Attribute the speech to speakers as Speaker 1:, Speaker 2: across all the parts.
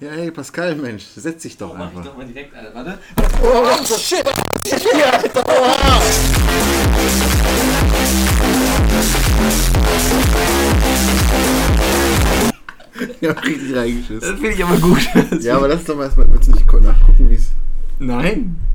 Speaker 1: Ja, hey, Pascal, Mensch, setz dich doch
Speaker 2: Oh, mach ich
Speaker 1: einfach.
Speaker 2: doch mal direkt, Alter. Warte.
Speaker 1: Ich hab richtig reingeschissen.
Speaker 2: finde ich aber gut.
Speaker 1: Ja, aber lass doch mal erstmal, willst du nicht nachgucken, wie es.
Speaker 2: Nein.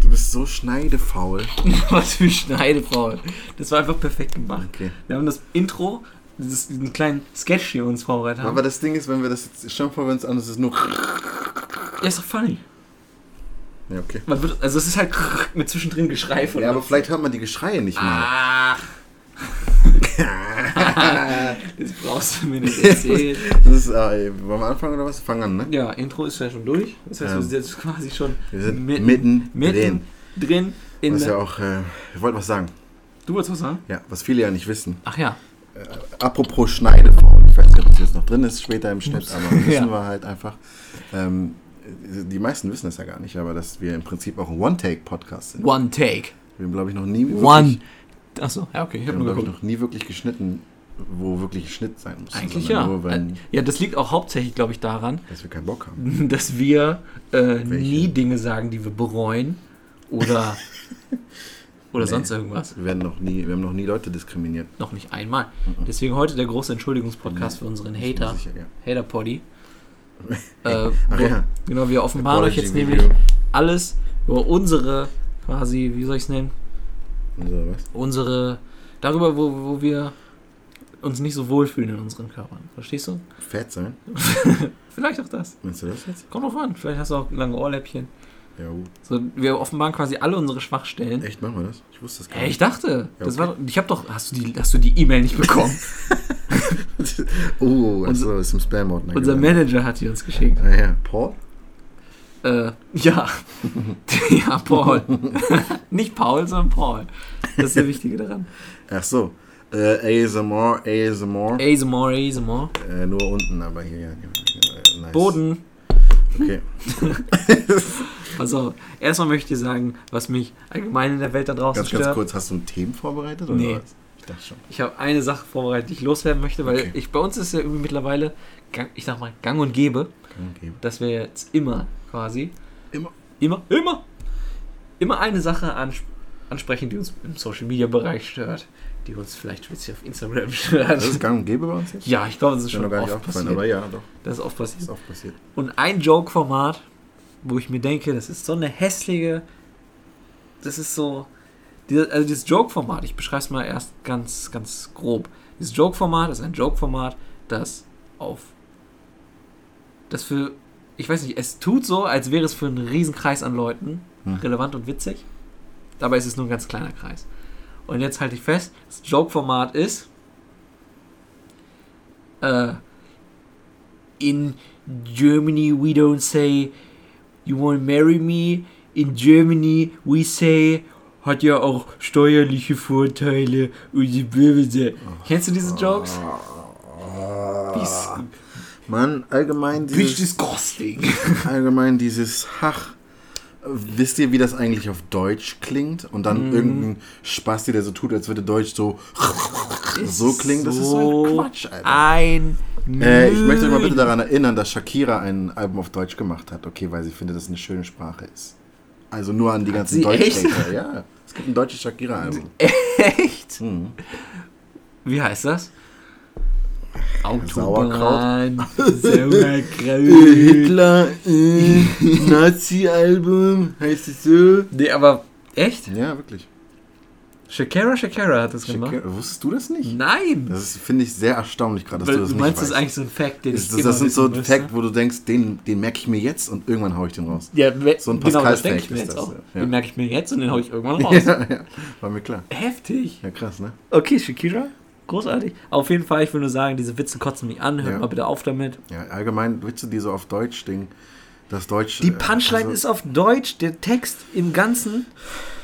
Speaker 1: Du bist so schneidefaul.
Speaker 2: Was für Schneidefaul. Das war einfach perfekt gemacht.
Speaker 1: Okay.
Speaker 2: Wir haben das Intro, dieses, diesen kleinen Sketch hier uns vorbereitet haben.
Speaker 1: Aber das Ding ist, wenn wir das jetzt, schon vor, wenn es anders ist, nur.
Speaker 2: ja, ist doch funny.
Speaker 1: Ja, okay.
Speaker 2: Man wird, also es ist halt mit zwischendrin Geschrei von
Speaker 1: Ja, aber vielleicht hört man die Geschreie nicht
Speaker 2: Ah,
Speaker 1: mal.
Speaker 2: Ach. Ah. das brauchst du mir nicht erzählen.
Speaker 1: Das ist, äh, wollen wir anfangen oder was? Fangen an, ne?
Speaker 2: ja, Intro ist ja schon durch. Das heißt,
Speaker 1: Ja.
Speaker 2: wir sind jetzt quasi schon
Speaker 1: Ähm, Wir sind mitten,
Speaker 2: mitten drin. in
Speaker 1: Was
Speaker 2: der.
Speaker 1: ja auch, äh, ich wollte was sagen.
Speaker 2: Du wolltest was sagen?
Speaker 1: Ja, was viele ja nicht wissen.
Speaker 2: Ach ja.
Speaker 1: Apropos Schneideform, ich weiß nicht, ob das jetzt noch drin ist, später im Schnitt, aber wissen
Speaker 2: Ja.
Speaker 1: wir halt einfach. Ähm, die meisten wissen das ja gar nicht, aber dass wir im Prinzip auch ein One-Take-Podcast sind.
Speaker 2: One Take.
Speaker 1: Wir haben, glaube ich, noch nie wirklich,
Speaker 2: One. Achso, ja, okay. Ich
Speaker 1: wir
Speaker 2: hab
Speaker 1: haben,
Speaker 2: nur
Speaker 1: glaub ich, noch
Speaker 2: geguckt.
Speaker 1: nie wirklich geschnitten, wo wirklich ein Schnitt sein muss.
Speaker 2: Eigentlich
Speaker 1: sondern
Speaker 2: ja. Äh,
Speaker 1: Nur, wenn,
Speaker 2: ja, das liegt auch hauptsächlich, glaube ich, daran,
Speaker 1: dass wir keinen Bock haben.
Speaker 2: dass wir äh, nie Dinge sagen, die wir bereuen oder, oder sonst irgendwas.
Speaker 1: Wir, werden noch nie, wir haben noch nie Leute diskriminiert.
Speaker 2: Noch nicht einmal.
Speaker 1: Mhm.
Speaker 2: Deswegen heute der große Entschuldigungspodcast für unseren Hater,
Speaker 1: Sicher, ja.
Speaker 2: Hater-Poddy. Äh,
Speaker 1: Ach
Speaker 2: wo-
Speaker 1: ja.
Speaker 2: Genau, wir offenbaren euch jetzt nämlich
Speaker 1: Apology-Video.
Speaker 2: alles über unsere, quasi, wie soll ich es nennen,
Speaker 1: Unser was?
Speaker 2: unsere, darüber, wo, wo wir uns nicht so wohlfühlen in unseren Körpern. Verstehst du?
Speaker 1: Fett sein?
Speaker 2: Vielleicht auch das.
Speaker 1: Meinst du das jetzt?
Speaker 2: Kommt drauf an. Vielleicht hast du auch lange Ohrläppchen.
Speaker 1: Ja, uh.
Speaker 2: So, wir offenbaren quasi alle unsere Schwachstellen.
Speaker 1: echt, machen wir das? Ich wusste das gar
Speaker 2: Hey, ich
Speaker 1: nicht.
Speaker 2: dachte,
Speaker 1: Ja,
Speaker 2: das
Speaker 1: okay.
Speaker 2: war, ich habe doch, hast du die, hast du die E-Mail nicht bekommen?
Speaker 1: Oh, also ist im Spam-Ordner.
Speaker 2: Unser
Speaker 1: gelandet.
Speaker 2: Manager hat die uns geschickt.
Speaker 1: Ah, ja. Paul?
Speaker 2: Äh, ja, ja, Paul. nicht Paul, sondern Paul. Das ist der Wichtige daran.
Speaker 1: Ach so. Äh, ASMR, ASMR.
Speaker 2: ASMR, ASMR.
Speaker 1: Äh, nur unten, aber hier, ja. ja, Nice.
Speaker 2: Boden.
Speaker 1: Okay.
Speaker 2: Also, erstmal möchte ich dir sagen, was mich allgemein in der Welt da draußen
Speaker 1: Ganz,
Speaker 2: stört.
Speaker 1: ganz kurz, hast du ein Themen vorbereitet? Oder
Speaker 2: Nee.
Speaker 1: was? Ich dachte schon.
Speaker 2: Ich habe eine Sache vorbereitet, die ich loswerden möchte, weil
Speaker 1: Okay.
Speaker 2: ich bei uns ist ja irgendwie mittlerweile, gang, ich sag mal, gang und gäbe,
Speaker 1: Okay.
Speaker 2: dass wir jetzt immer quasi,
Speaker 1: Immer.
Speaker 2: immer, immer, immer eine Sache ans ansprechen, die uns im Social Media Bereich stört, die uns vielleicht speziell auf Instagram
Speaker 1: Das ist
Speaker 2: stört.
Speaker 1: gang und gäbe bei uns jetzt?
Speaker 2: Ja, ich glaube, das ist
Speaker 1: Ist mir noch
Speaker 2: schon
Speaker 1: gar nicht
Speaker 2: oft
Speaker 1: aufgefallen,
Speaker 2: passiert.
Speaker 1: aber ja, doch.
Speaker 2: das ist oft passiert.
Speaker 1: Ist auch passiert.
Speaker 2: Und ein Joke-Format, wo ich mir denke, das ist so eine hässliche. Das ist so. Dieses, also dieses Joke-Format, ich beschreibe es mal erst ganz, ganz grob. Dieses Joke-Format ist ein Joke-Format, das auf. Das für. Ich weiß nicht, es tut so, als wäre es für einen riesen Kreis an Leuten
Speaker 1: Hm.
Speaker 2: relevant und witzig. Dabei ist es nur ein ganz kleiner Kreis. Und jetzt halte ich fest, das Joke-Format ist. Äh, in Germany we don't say you want to marry me. In Germany we say hat ja auch steuerliche Vorteile und die Böse. Kennst du diese Jokes? Bis,
Speaker 1: Ah, Mann, allgemein
Speaker 2: bis
Speaker 1: dieses,
Speaker 2: disgusting.
Speaker 1: allgemein dieses Hach. Wisst ihr, wie das eigentlich auf Deutsch klingt? Und dann
Speaker 2: Mhm.
Speaker 1: irgendein Spasti, der so tut, als würde Deutsch so so klingen. Das ist so ein Quatsch, Alter.
Speaker 2: Ein
Speaker 1: Äh, ich möchte euch mal bitte
Speaker 2: Müll.
Speaker 1: daran erinnern, dass Shakira ein Album auf Deutsch gemacht hat. Okay, weil sie findet, dass es eine schöne Sprache ist. Also nur an die ganzen
Speaker 2: sie
Speaker 1: Deutschsprecher. Ja, es gibt ein deutsches Shakira-Album.
Speaker 2: Echt?
Speaker 1: Hm.
Speaker 2: Wie heißt das?
Speaker 1: Sauerkraut.
Speaker 2: Autobahn, Sauerkraut.
Speaker 1: Nazi-Album, heißt es so?
Speaker 2: Nee, aber echt?
Speaker 1: Ja, wirklich.
Speaker 2: Shakira Shakira hat das gemacht.
Speaker 1: Shakira, wusstest du das nicht?
Speaker 2: Nein!
Speaker 1: Das ist, finde ich sehr erstaunlich gerade, dass
Speaker 2: Weil
Speaker 1: du das
Speaker 2: du
Speaker 1: nicht
Speaker 2: meinst, das
Speaker 1: weißt.
Speaker 2: ist eigentlich so ein Fact, den
Speaker 1: das,
Speaker 2: ich
Speaker 1: das,
Speaker 2: immer
Speaker 1: sind so
Speaker 2: wissen
Speaker 1: ein
Speaker 2: müsste.
Speaker 1: Fact, wo du denkst, den, den merke ich mir jetzt und irgendwann haue ich den raus.
Speaker 2: Ja, we-
Speaker 1: So ein
Speaker 2: genau, das denke
Speaker 1: Pascal-Fact
Speaker 2: ich mir
Speaker 1: ist
Speaker 2: jetzt
Speaker 1: das,
Speaker 2: auch.
Speaker 1: ja.
Speaker 2: Den merke ich mir jetzt und den hau ich irgendwann raus.
Speaker 1: Ja, ja, war mir klar.
Speaker 2: Heftig.
Speaker 1: Ja, krass, ne?
Speaker 2: Okay, Shakira, großartig. Auf jeden Fall, ich will nur sagen, diese Witze kotzen mich an. Hört
Speaker 1: Ja.
Speaker 2: mal bitte auf damit.
Speaker 1: Ja, allgemein Witze, die so auf Deutsch Ding, das Deutsch. also,
Speaker 2: Die Punchline ist auf Deutsch, der Text im Ganzen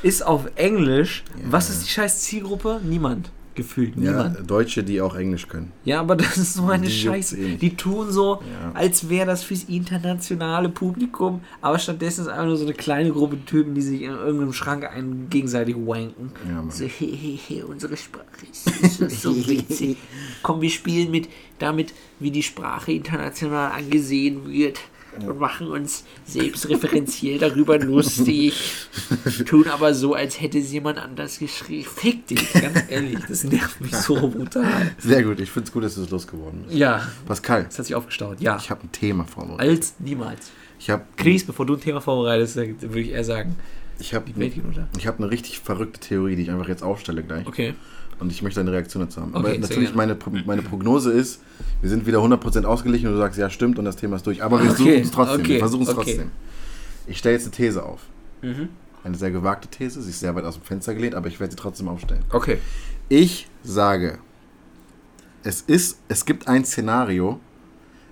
Speaker 2: ist auf Englisch. Was ist die scheiß Zielgruppe? Niemand. Gefühlt
Speaker 1: Ja,
Speaker 2: niemand.
Speaker 1: Deutsche, die auch Englisch können.
Speaker 2: Ja, aber das ist so eine
Speaker 1: Die juckt's
Speaker 2: Scheiße.
Speaker 1: eh nicht.
Speaker 2: Die tun so,
Speaker 1: Ja.
Speaker 2: als wäre das fürs internationale Publikum, aber stattdessen ist einfach nur so eine kleine Gruppe Typen, die sich in irgendeinem Schrank einen gegenseitig wanken.
Speaker 1: Ja, Mann.
Speaker 2: so, hehehe, unsere Sprache ist, ist so witzig. Komm, wir spielen mit damit, wie die Sprache international angesehen wird. Und machen uns selbstreferenziell darüber lustig. Tun aber so, als hätte es jemand anders geschrieben. Fick dich, ganz ehrlich. Das nervt mich so brutal.
Speaker 1: Sehr gut, ich finde es gut, dass du es losgeworden bist.
Speaker 2: Ja,
Speaker 1: Pascal,
Speaker 2: das hat sich aufgestaut, ja.
Speaker 1: ich habe ein Thema vorbereitet.
Speaker 2: Als niemals.
Speaker 1: Ich habe
Speaker 2: Chris, bevor du ein Thema vorbereitest, dann würde ich eher sagen.
Speaker 1: ich hab,
Speaker 2: Welt geht unter.
Speaker 1: ich hab eine richtig verrückte Theorie, die ich einfach jetzt aufstelle gleich.
Speaker 2: Okay.
Speaker 1: Und ich möchte eine Reaktion dazu haben. Aber
Speaker 2: Okay, sehr
Speaker 1: natürlich,
Speaker 2: gerne.
Speaker 1: meine, Pro- meine Prognose ist, wir sind wieder 100% ausgeglichen und du sagst, ja, stimmt und das Thema ist durch. Aber wir
Speaker 2: Ah, Okay,
Speaker 1: versuchen es trotzdem.
Speaker 2: okay,
Speaker 1: Wir versuchen es
Speaker 2: okay.
Speaker 1: trotzdem. Ich stelle jetzt eine These auf.
Speaker 2: Mhm.
Speaker 1: Eine sehr gewagte These, sie ist sehr weit aus dem Fenster gelehnt, aber ich werde sie trotzdem aufstellen.
Speaker 2: Okay.
Speaker 1: Ich sage, es, ist, es gibt ein Szenario,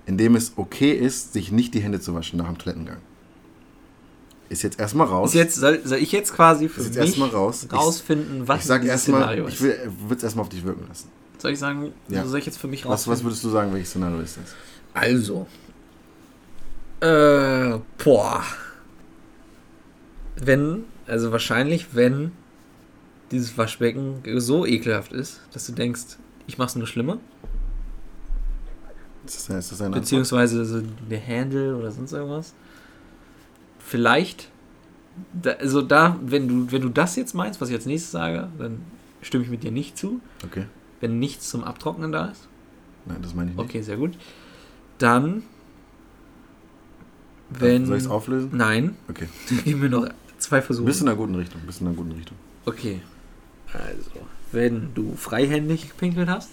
Speaker 1: in dem es okay ist, sich nicht die Hände zu waschen nach dem Toilettengang. Ist jetzt erstmal raus.
Speaker 2: Ist jetzt, soll, soll ich jetzt quasi für
Speaker 1: Ist jetzt
Speaker 2: mich
Speaker 1: erstmal raus. Ich-
Speaker 2: rausfinden, was
Speaker 1: ich sage
Speaker 2: dieses
Speaker 1: erstmal,
Speaker 2: Szenario
Speaker 1: ich
Speaker 2: ist?
Speaker 1: will es erstmal auf dich wirken lassen.
Speaker 2: Soll ich sagen,
Speaker 1: Ja.
Speaker 2: soll ich jetzt für mich
Speaker 1: Was, was
Speaker 2: rausfinden?
Speaker 1: würdest du sagen, welches Szenario ist das?
Speaker 2: also. Äh, boah. Wenn, also wahrscheinlich, wenn dieses Waschbecken so ekelhaft ist, dass du denkst, ich mach's nur schlimmer.
Speaker 1: Ist das, ist das eine Antwort?
Speaker 2: Beziehungsweise so eine Handle oder sonst irgendwas. Vielleicht, da, also da, wenn du, wenn du das jetzt meinst, was ich als nächstes sage, dann stimme ich mit dir nicht zu.
Speaker 1: Okay.
Speaker 2: Wenn nichts zum Abtrocknen da ist.
Speaker 1: Nein, das meine ich nicht.
Speaker 2: Okay, sehr gut. Dann, wenn.
Speaker 1: Dann Soll ich es auflösen?
Speaker 2: Nein,
Speaker 1: Okay.
Speaker 2: geben wir noch zwei
Speaker 1: Du
Speaker 2: Versuche.
Speaker 1: bist in einer guten Richtung. Bist in einer guten Richtung.
Speaker 2: okay. Also, wenn du freihändig gepinkelt hast.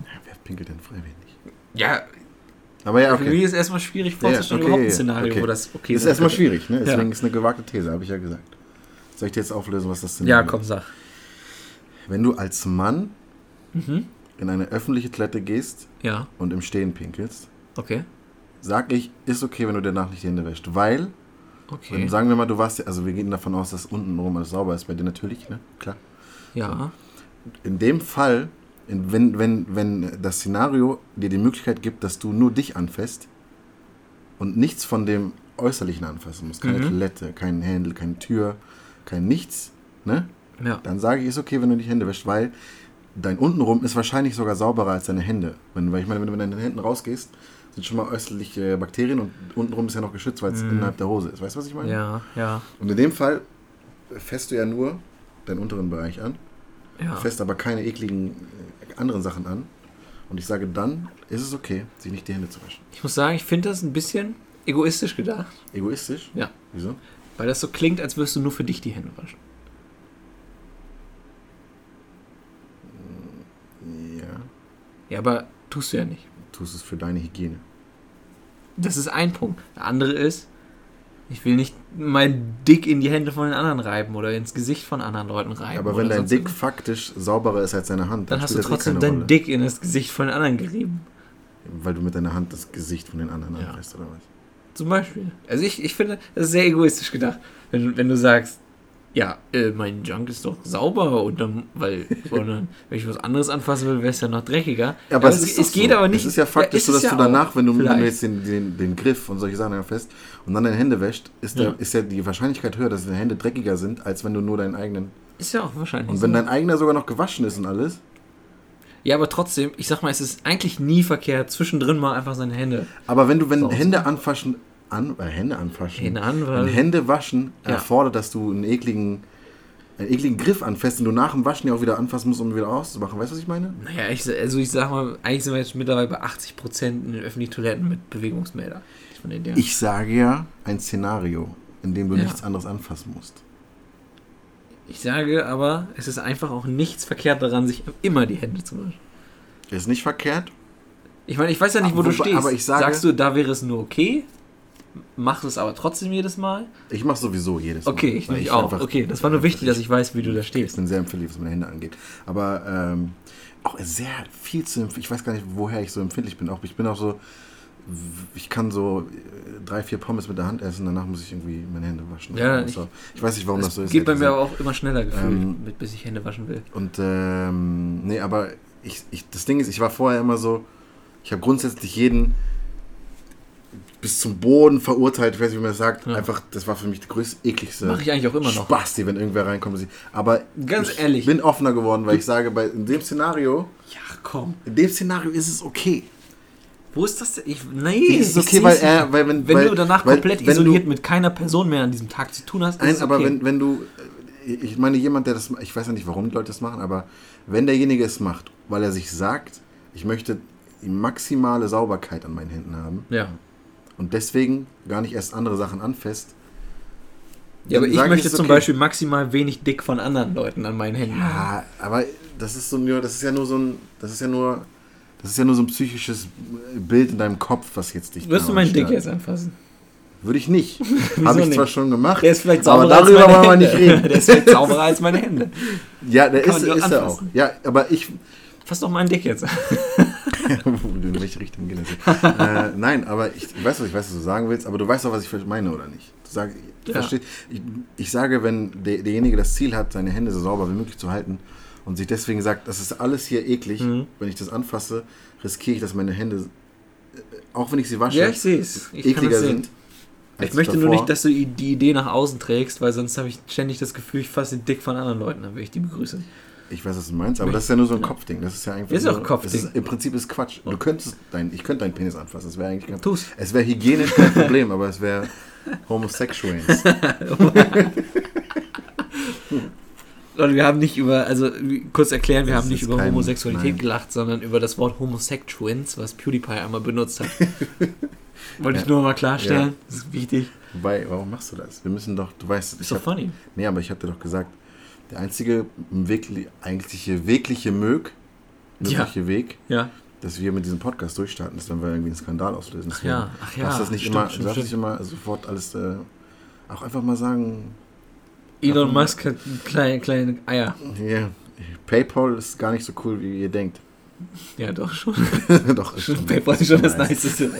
Speaker 1: Ja, wer pinkelt denn freiwillig?
Speaker 2: Ja,
Speaker 1: Aber ja,
Speaker 2: für mich
Speaker 1: okay.
Speaker 2: ist erstmal schwierig
Speaker 1: Ja, ja,
Speaker 2: vorzustellen,
Speaker 1: okay,
Speaker 2: überhaupt
Speaker 1: ja,
Speaker 2: ein
Speaker 1: ja,
Speaker 2: Szenario,
Speaker 1: okay.
Speaker 2: wo das okay
Speaker 1: Ist
Speaker 2: sein
Speaker 1: erstmal
Speaker 2: könnte.
Speaker 1: schwierig, ne?
Speaker 2: Ja.
Speaker 1: Deswegen ist eine gewagte These, habe ich ja gesagt. Soll ich dir jetzt auflösen, was das Szenario
Speaker 2: Ja,
Speaker 1: ist?
Speaker 2: komm, sag.
Speaker 1: Wenn du als Mann
Speaker 2: Mhm.
Speaker 1: in eine öffentliche Toilette gehst
Speaker 2: Ja,
Speaker 1: und im Stehen pinkelst,
Speaker 2: okay.
Speaker 1: sag ich, ist okay, wenn du danach nicht die Hände wäschst. Weil,
Speaker 2: Okay.
Speaker 1: wenn, sagen wir mal, du warst ja, also wir gehen davon aus, dass unten rum alles sauber ist, bei dir natürlich, ne? Klar.
Speaker 2: ja.
Speaker 1: In dem Fall, in, wenn, wenn, wenn das Szenario dir die Möglichkeit gibt, dass du nur dich anfasst und nichts von dem Äußerlichen anfassen musst, keine
Speaker 2: Mhm.
Speaker 1: Toilette, kein Händel, keine Tür, kein nichts, ne?
Speaker 2: Ja.
Speaker 1: Dann sage ich, ist okay, wenn du die Hände wäschst, weil dein Untenrum ist wahrscheinlich sogar sauberer als deine Hände. Wenn, weil ich meine, wenn du mit deinen Händen rausgehst, sind schon mal äußerliche Bakterien und untenrum ist ja noch geschützt, weil es
Speaker 2: Mhm.
Speaker 1: innerhalb der Hose ist. Weißt du, was ich meine?
Speaker 2: Ja, ja,
Speaker 1: Und in dem Fall fässt du ja nur deinen unteren Bereich an,
Speaker 2: ja.
Speaker 1: fässt aber keine ekligen äh, anderen Sachen an. Und ich sage, dann ist es okay, sich nicht die Hände zu waschen.
Speaker 2: Ich muss sagen, ich finde das ein bisschen egoistisch gedacht,
Speaker 1: Egoistisch?
Speaker 2: Ja.
Speaker 1: Wieso?
Speaker 2: weil das so klingt, als würdest du nur für dich die Hände waschen.
Speaker 1: Ja,
Speaker 2: Ja, aber tust du ja nicht.
Speaker 1: tust es für deine Hygiene.
Speaker 2: Das ist ein Punkt. Der andere ist, ich will nicht mein Dick in die Hände von den anderen reiben oder ins Gesicht von anderen Leuten reiben.
Speaker 1: aber wenn
Speaker 2: oder
Speaker 1: dein
Speaker 2: sonst
Speaker 1: Dick
Speaker 2: was.
Speaker 1: faktisch sauberer ist als deine Hand,
Speaker 2: Dann hast du
Speaker 1: spielt das eh
Speaker 2: trotzdem
Speaker 1: keine
Speaker 2: deinen
Speaker 1: Rolle.
Speaker 2: Dick in das Gesicht von den anderen gerieben.
Speaker 1: Weil du mit deiner Hand das Gesicht von den anderen
Speaker 2: Ja.
Speaker 1: anfasst, oder was?
Speaker 2: Zum Beispiel. Also ich, ich finde, das ist sehr egoistisch gedacht. Wenn, du- wenn du sagst, ja, äh, mein Junk ist doch sauber und dann, weil, sondern wenn ich was anderes anfassen will, wäre es ja noch dreckiger.
Speaker 1: Ja, aber, es, ist
Speaker 2: es
Speaker 1: doch
Speaker 2: geht
Speaker 1: so.
Speaker 2: aber nicht.
Speaker 1: Es ist ja faktisch
Speaker 2: ist
Speaker 1: so,
Speaker 2: es
Speaker 1: dass
Speaker 2: ja
Speaker 1: du danach, wenn du, wenn du
Speaker 2: vielleicht.
Speaker 1: jetzt den, den, den Griff und solche Sachen fest und dann deine Hände wäscht, ist,
Speaker 2: Ja.
Speaker 1: Da, ist ja die Wahrscheinlichkeit höher, dass deine Hände dreckiger sind, als wenn du nur deinen eigenen.
Speaker 2: Ist ja auch wahrscheinlich.
Speaker 1: Und wenn
Speaker 2: so.
Speaker 1: dein eigener sogar noch gewaschen ist und alles.
Speaker 2: ja, aber trotzdem, ich sag mal, es ist eigentlich nie verkehrt, zwischendrin mal einfach seine Hände.
Speaker 1: Aber wenn du, wenn
Speaker 2: So.
Speaker 1: Hände anfaschen, an, äh, Hände anfaschen,
Speaker 2: Hände an,
Speaker 1: wenn
Speaker 2: weil
Speaker 1: Hände waschen
Speaker 2: Ja.
Speaker 1: erfordert, dass du einen ekligen, einen ekligen Griff anfasst, den du nach dem Waschen ja auch wieder anfassen musst, um ihn wieder auszumachen. Weißt du, was ich meine?
Speaker 2: Naja, ich, also ich sag mal, eigentlich sind wir jetzt mittlerweile bei 80% in den öffentlichen Toiletten mit Bewegungsmelder. Von den Dingern.
Speaker 1: Ich sage ja ein Szenario, in dem du
Speaker 2: Ja.
Speaker 1: nichts anderes anfassen musst.
Speaker 2: ich sage aber, es ist einfach auch nichts verkehrt daran, sich immer die Hände zu waschen.
Speaker 1: Ist nicht verkehrt,
Speaker 2: Ich meine, ich weiß ja nicht, wo
Speaker 1: Aber
Speaker 2: du
Speaker 1: wobei-
Speaker 2: stehst.
Speaker 1: aber ich sage-
Speaker 2: Sagst du, da wäre es nur okay, machst es aber trotzdem jedes Mal?
Speaker 1: Ich mache sowieso jedes
Speaker 2: Okay,
Speaker 1: Mal.
Speaker 2: ich
Speaker 1: weil
Speaker 2: nehme auch.
Speaker 1: einfach-
Speaker 2: Okay, das war nur wichtig, dass ich weiß, wie du da
Speaker 1: Ich
Speaker 2: stehst.
Speaker 1: bin sehr empfindlich, was meine Hände angeht. Aber ähm, auch sehr viel zu empfindlich. Ich weiß gar nicht, woher ich so empfindlich bin. Auch ich bin auch so. Ich kann so äh, drei, vier Pommes mit der Hand essen, danach muss ich irgendwie meine Hände waschen.
Speaker 2: Ja,
Speaker 1: ich, ich weiß nicht, warum das, so ist.
Speaker 2: Geht bei
Speaker 1: ehrlich
Speaker 2: mir
Speaker 1: gesagt.
Speaker 2: aber auch immer schneller gefühlt,
Speaker 1: Ähm,
Speaker 2: mit, bis ich Hände waschen will.
Speaker 1: Und ähm, nee, aber ich, ich, das Ding ist, ich war vorher immer so, ich habe grundsätzlich jeden bis zum Boden verurteilt, ich weiß nicht, wie man das sagt.
Speaker 2: Ja.
Speaker 1: Einfach, das war für mich die größte, ekligste.
Speaker 2: Mache ich eigentlich auch immer noch.
Speaker 1: Spaß, die, wenn irgendwer reinkommt. und sie- Aber
Speaker 2: Ganz
Speaker 1: ich
Speaker 2: ehrlich.
Speaker 1: bin offener geworden, weil ich sage, bei, in dem Szenario,
Speaker 2: Ja, komm.
Speaker 1: in dem Szenario ist es okay.
Speaker 2: Wo ist das denn? Ich, nee,
Speaker 1: Ist es
Speaker 2: ich
Speaker 1: okay,
Speaker 2: seh's
Speaker 1: weil
Speaker 2: nicht.
Speaker 1: er, weil wenn,
Speaker 2: Wenn
Speaker 1: weil,
Speaker 2: du danach
Speaker 1: weil,
Speaker 2: komplett
Speaker 1: wenn du-
Speaker 2: isoliert mit keiner Person mehr an diesem Tag zu tun hast, ist
Speaker 1: Nein,
Speaker 2: es
Speaker 1: aber
Speaker 2: okay.
Speaker 1: wenn, wenn du, äh, ich meine, jemand, der das, ich weiß ja nicht, warum die Leute das machen, aber wenn derjenige es macht, weil er sich sagt, ich möchte die maximale Sauberkeit an meinen Händen haben
Speaker 2: ja.
Speaker 1: und deswegen gar nicht erst andere Sachen anfasst.
Speaker 2: ja, aber ich
Speaker 1: Sagen,
Speaker 2: möchte
Speaker 1: ist
Speaker 2: zum
Speaker 1: okay.
Speaker 2: Beispiel maximal wenig Dick von anderen Leuten an meinen Händen. haben.
Speaker 1: Ja, ah, aber das ist so nur, das ist ja nur so ein, das ist ja nur, das ist ja nur so ein psychisches Bild in deinem Kopf, was jetzt dich
Speaker 2: Wirst du meinen Dick
Speaker 1: dauernd
Speaker 2: jetzt
Speaker 1: stört.
Speaker 2: anfassen?
Speaker 1: Würde ich nicht. Habe ich
Speaker 2: nicht?
Speaker 1: zwar schon gemacht.
Speaker 2: Der ist vielleicht
Speaker 1: aber
Speaker 2: sauberer
Speaker 1: darüber
Speaker 2: als meine
Speaker 1: wollen wir
Speaker 2: Hände.
Speaker 1: nicht reden.
Speaker 2: Der ist vielleicht sauberer als meine Hände.
Speaker 1: Ja, der ist,
Speaker 2: Kann man die auch
Speaker 1: ist er auch.
Speaker 2: anfassen?
Speaker 1: Ja, aber ich,
Speaker 2: Fass doch meinen Dick jetzt an.
Speaker 1: In welche Richtung geht das? jetzt? äh, nein, aber ich, ich weiß, was ich weiß, was du sagen willst, aber du weißt doch, was ich meine, oder nicht? Du sag, ich,
Speaker 2: Ja.
Speaker 1: versteh, ich, ich sage, wenn der, derjenige das Ziel hat, seine Hände so sauber wie möglich zu halten und sich deswegen sagt, das ist alles hier eklig,
Speaker 2: Mhm.
Speaker 1: wenn ich das anfasse, riskiere ich, dass meine Hände, äh, auch wenn ich sie wasche,
Speaker 2: Ja, ich sehe es. Ich kann
Speaker 1: ekliger
Speaker 2: es sehen.
Speaker 1: sind. als
Speaker 2: Ich möchte nur
Speaker 1: davor.
Speaker 2: nicht, dass du i- die Idee nach außen trägst, weil sonst habe ich ständig das Gefühl, ich fasse den Dick von anderen Leuten an, wenn ich die begrüße.
Speaker 1: Ich weiß, was du meinst, aber das ist ja nur so ein Kopfding. Das ist ja eigentlich.
Speaker 2: Ist auch
Speaker 1: nur-
Speaker 2: Kopfding.
Speaker 1: es Ist, Im Prinzip ist Quatsch. Du könntest dein, ich könnte deinen Penis anfassen. Das wäre eigentlich kein
Speaker 2: Tu's.
Speaker 1: Es wäre hygienisch kein Problem, aber es wäre homosexual.
Speaker 2: Leute, wir haben nicht über, also wie- kurz erklären, wir
Speaker 1: Das
Speaker 2: haben nicht
Speaker 1: ist
Speaker 2: über
Speaker 1: kein-
Speaker 2: Homosexualität
Speaker 1: nein.
Speaker 2: gelacht, sondern über das Wort Homosexuins, was PewDiePie einmal benutzt hat. Wollte ich nur mal klarstellen, das ist wichtig.
Speaker 1: Wobei, warum machst du das? Wir müssen doch, du weißt,
Speaker 2: Ist
Speaker 1: ich
Speaker 2: doch
Speaker 1: hab,
Speaker 2: funny.
Speaker 1: nee, aber ich hab dir doch gesagt, der einzige wirklich, eigentliche wirkliche Mög,
Speaker 2: Ja.
Speaker 1: mögliche Weg,
Speaker 2: Ja,
Speaker 1: dass wir mit diesem Podcast durchstarten, ist, wenn wir irgendwie einen Skandal auslösen.
Speaker 2: ach ja, ach
Speaker 1: Du
Speaker 2: ja.
Speaker 1: darfst das nicht
Speaker 2: stimmt,
Speaker 1: immer,
Speaker 2: stimmt,
Speaker 1: darfst
Speaker 2: stimmt.
Speaker 1: nicht immer sofort alles, äh, auch einfach mal sagen,
Speaker 2: Elon Musk hat kleine, kleine Eier.
Speaker 1: Ja, PayPal ist gar nicht so cool, wie ihr denkt.
Speaker 2: Ja, doch schon.
Speaker 1: Doch, ist schon
Speaker 2: PayPal ist schon das
Speaker 1: nice.
Speaker 2: Niceste.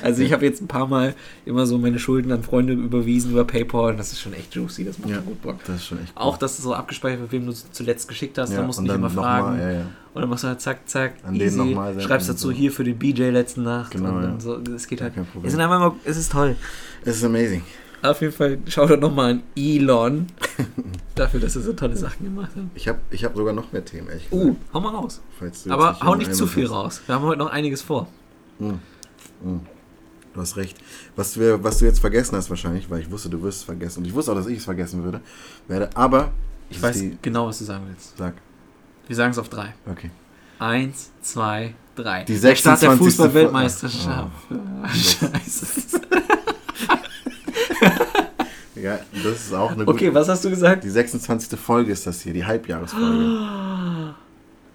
Speaker 2: Also ich habe jetzt ein paar Mal immer so meine Schulden an Freunde überwiesen über PayPal und das ist schon echt juicy, das macht
Speaker 1: Ja.
Speaker 2: schon gut Bock.
Speaker 1: Das ist schon echt cool.
Speaker 2: Auch, dass es so abgespeichert wird, wem du zuletzt geschickt hast,
Speaker 1: ja,
Speaker 2: da musst du
Speaker 1: und
Speaker 2: nicht
Speaker 1: dann
Speaker 2: immer
Speaker 1: noch
Speaker 2: fragen.
Speaker 1: Mal, ja, ja.
Speaker 2: Und dann machst du halt zack, zack,
Speaker 1: An den
Speaker 2: easy,
Speaker 1: nochmal senden
Speaker 2: schreibst
Speaker 1: und
Speaker 2: dazu
Speaker 1: so.
Speaker 2: hier für den BJ letzten Nacht
Speaker 1: Genau,
Speaker 2: und dann
Speaker 1: ja.
Speaker 2: so, es geht
Speaker 1: Gar
Speaker 2: halt.
Speaker 1: kein
Speaker 2: Es,
Speaker 1: Problem.
Speaker 2: sind einfach mal, es ist toll.
Speaker 1: Es ist amazing.
Speaker 2: Auf jeden Fall, schau doch nochmal an Elon, dafür, dass er so tolle Sachen gemacht hat.
Speaker 1: Ich habe ich hab sogar noch mehr Themen, ehrlich gesagt.
Speaker 2: Uh, hau mal raus.
Speaker 1: Falls du jetzt
Speaker 2: Aber hau
Speaker 1: in
Speaker 2: nicht
Speaker 1: einem
Speaker 2: zu viel
Speaker 1: hast.
Speaker 2: raus. Wir haben heute noch einiges vor.
Speaker 1: Du hast recht. Was, wir, was du jetzt vergessen hast wahrscheinlich, weil ich wusste, du wirst es vergessen. Und ich wusste auch, dass ich es vergessen würde, werde. Aber
Speaker 2: Ich
Speaker 1: das
Speaker 2: weiß
Speaker 1: ist Die,
Speaker 2: genau, was du sagen willst.
Speaker 1: sag,
Speaker 2: Wir sagen es auf drei.
Speaker 1: okay.
Speaker 2: Eins, zwei, drei.
Speaker 1: Die Ah.
Speaker 2: der Start
Speaker 1: 26.
Speaker 2: der Fußball-Weltmeisterschaft. Scheiße.
Speaker 1: Ja, das ist auch eine gute...
Speaker 2: Okay, was hast du gesagt?
Speaker 1: Die 26. Folge ist das hier, die Halbjahresfolge.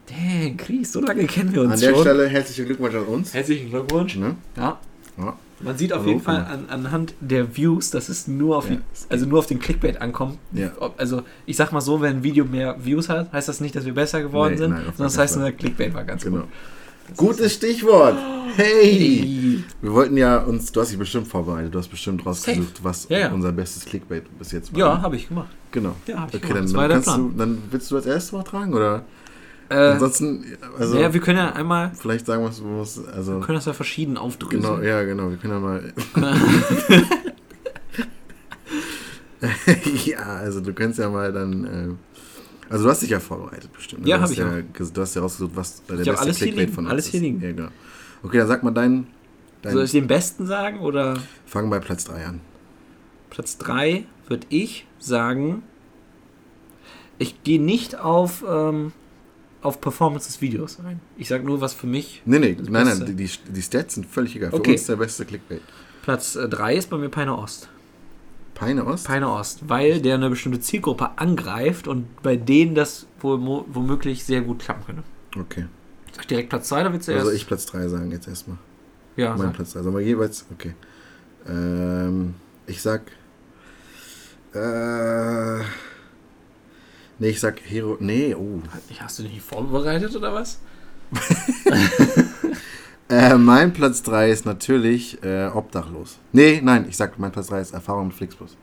Speaker 2: Dang, Chris, so lange kennen wir uns
Speaker 1: An der
Speaker 2: schon.
Speaker 1: Stelle herzlichen Glückwunsch an uns.
Speaker 2: Herzlichen Glückwunsch.
Speaker 1: Ne?
Speaker 2: Ja,
Speaker 1: Ja.
Speaker 2: man sieht auf
Speaker 1: Hallo,
Speaker 2: jeden Fall an, anhand der Views, dass es nur auf,
Speaker 1: Ja,
Speaker 2: die,
Speaker 1: es geht.
Speaker 2: also nur auf den Clickbait ankommt.
Speaker 1: Ja.
Speaker 2: Ob- Also ich sag mal so, wenn ein Video mehr Views hat, heißt das nicht, dass wir besser geworden
Speaker 1: Nee,
Speaker 2: sind,
Speaker 1: nein, auf
Speaker 2: sondern das
Speaker 1: keinen
Speaker 2: heißt nur,
Speaker 1: Fall.
Speaker 2: der Clickbait war ganz
Speaker 1: Genau.
Speaker 2: gut.
Speaker 1: Gutes Stichwort. Hey!
Speaker 2: Ey.
Speaker 1: Wir wollten ja uns, du hast dich bestimmt vorbereitet, du hast bestimmt rausgesucht, was
Speaker 2: Ja, ja.
Speaker 1: unser bestes Clickbait bis jetzt war.
Speaker 2: Ja, habe ich gemacht.
Speaker 1: genau.
Speaker 2: Ja, hab ich
Speaker 1: okay,
Speaker 2: gemacht.
Speaker 1: dann,
Speaker 2: Das war
Speaker 1: dann,
Speaker 2: der
Speaker 1: kannst du,
Speaker 2: Plan.
Speaker 1: dann willst du das erste Mal tragen oder?
Speaker 2: Äh,
Speaker 1: Ansonsten, also
Speaker 2: ja, wir können ja einmal,
Speaker 1: vielleicht sagen wir es, wo es- also
Speaker 2: wir können das ja verschieden aufdröseln.
Speaker 1: genau, ja, genau, wir können ja mal. ja, also du kannst ja mal dann. Äh, also du hast dich ja vorbereitet bestimmt. ne?
Speaker 2: Ja,
Speaker 1: Du
Speaker 2: hab
Speaker 1: hast
Speaker 2: ich
Speaker 1: ja, ges- Du hast ja rausgesucht, was der
Speaker 2: hab
Speaker 1: beste
Speaker 2: alles hier
Speaker 1: Clickbait
Speaker 2: liegen,
Speaker 1: von uns
Speaker 2: alles
Speaker 1: ist.
Speaker 2: hier liegen.
Speaker 1: Ja, genau. Okay, dann sag mal deinen. deinen
Speaker 2: Soll ich den besten sagen oder
Speaker 1: fang bei Platz 3 an.
Speaker 2: Platz 3 würde ich sagen, ich gehe nicht auf, ähm, auf Performance des Videos ein. Ich sage nur, was für mich
Speaker 1: Nee, nee,
Speaker 2: Das
Speaker 1: nein, nein,
Speaker 2: Beste.
Speaker 1: die, die die Stats sind völlig egal. Für
Speaker 2: Okay.
Speaker 1: uns der beste Clickbait.
Speaker 2: Platz 3 ist bei mir Peine Ost.
Speaker 1: Peine Ost?
Speaker 2: Peine Ost, weil der eine bestimmte Zielgruppe angreift und bei denen das wohl mo- womöglich sehr gut klappen könnte.
Speaker 1: okay.
Speaker 2: Sag ich direkt Platz 2, da willst du
Speaker 1: Also
Speaker 2: erst.
Speaker 1: ich Platz 3 sagen jetzt erstmal.
Speaker 2: ja,
Speaker 1: mein
Speaker 2: sag.
Speaker 1: Platz 3. Also mal jeweils, okay. Ähm, ich sag. Äh, nee, ich sag Hero. Nee, oh.
Speaker 2: Halt, Hast du dich nicht vorbereitet oder was?
Speaker 1: Äh, mein Platz 3 ist natürlich äh, obdachlos. Nee, nein, ich sag, mein Platz 3 ist Erfahrung mit Flixbus.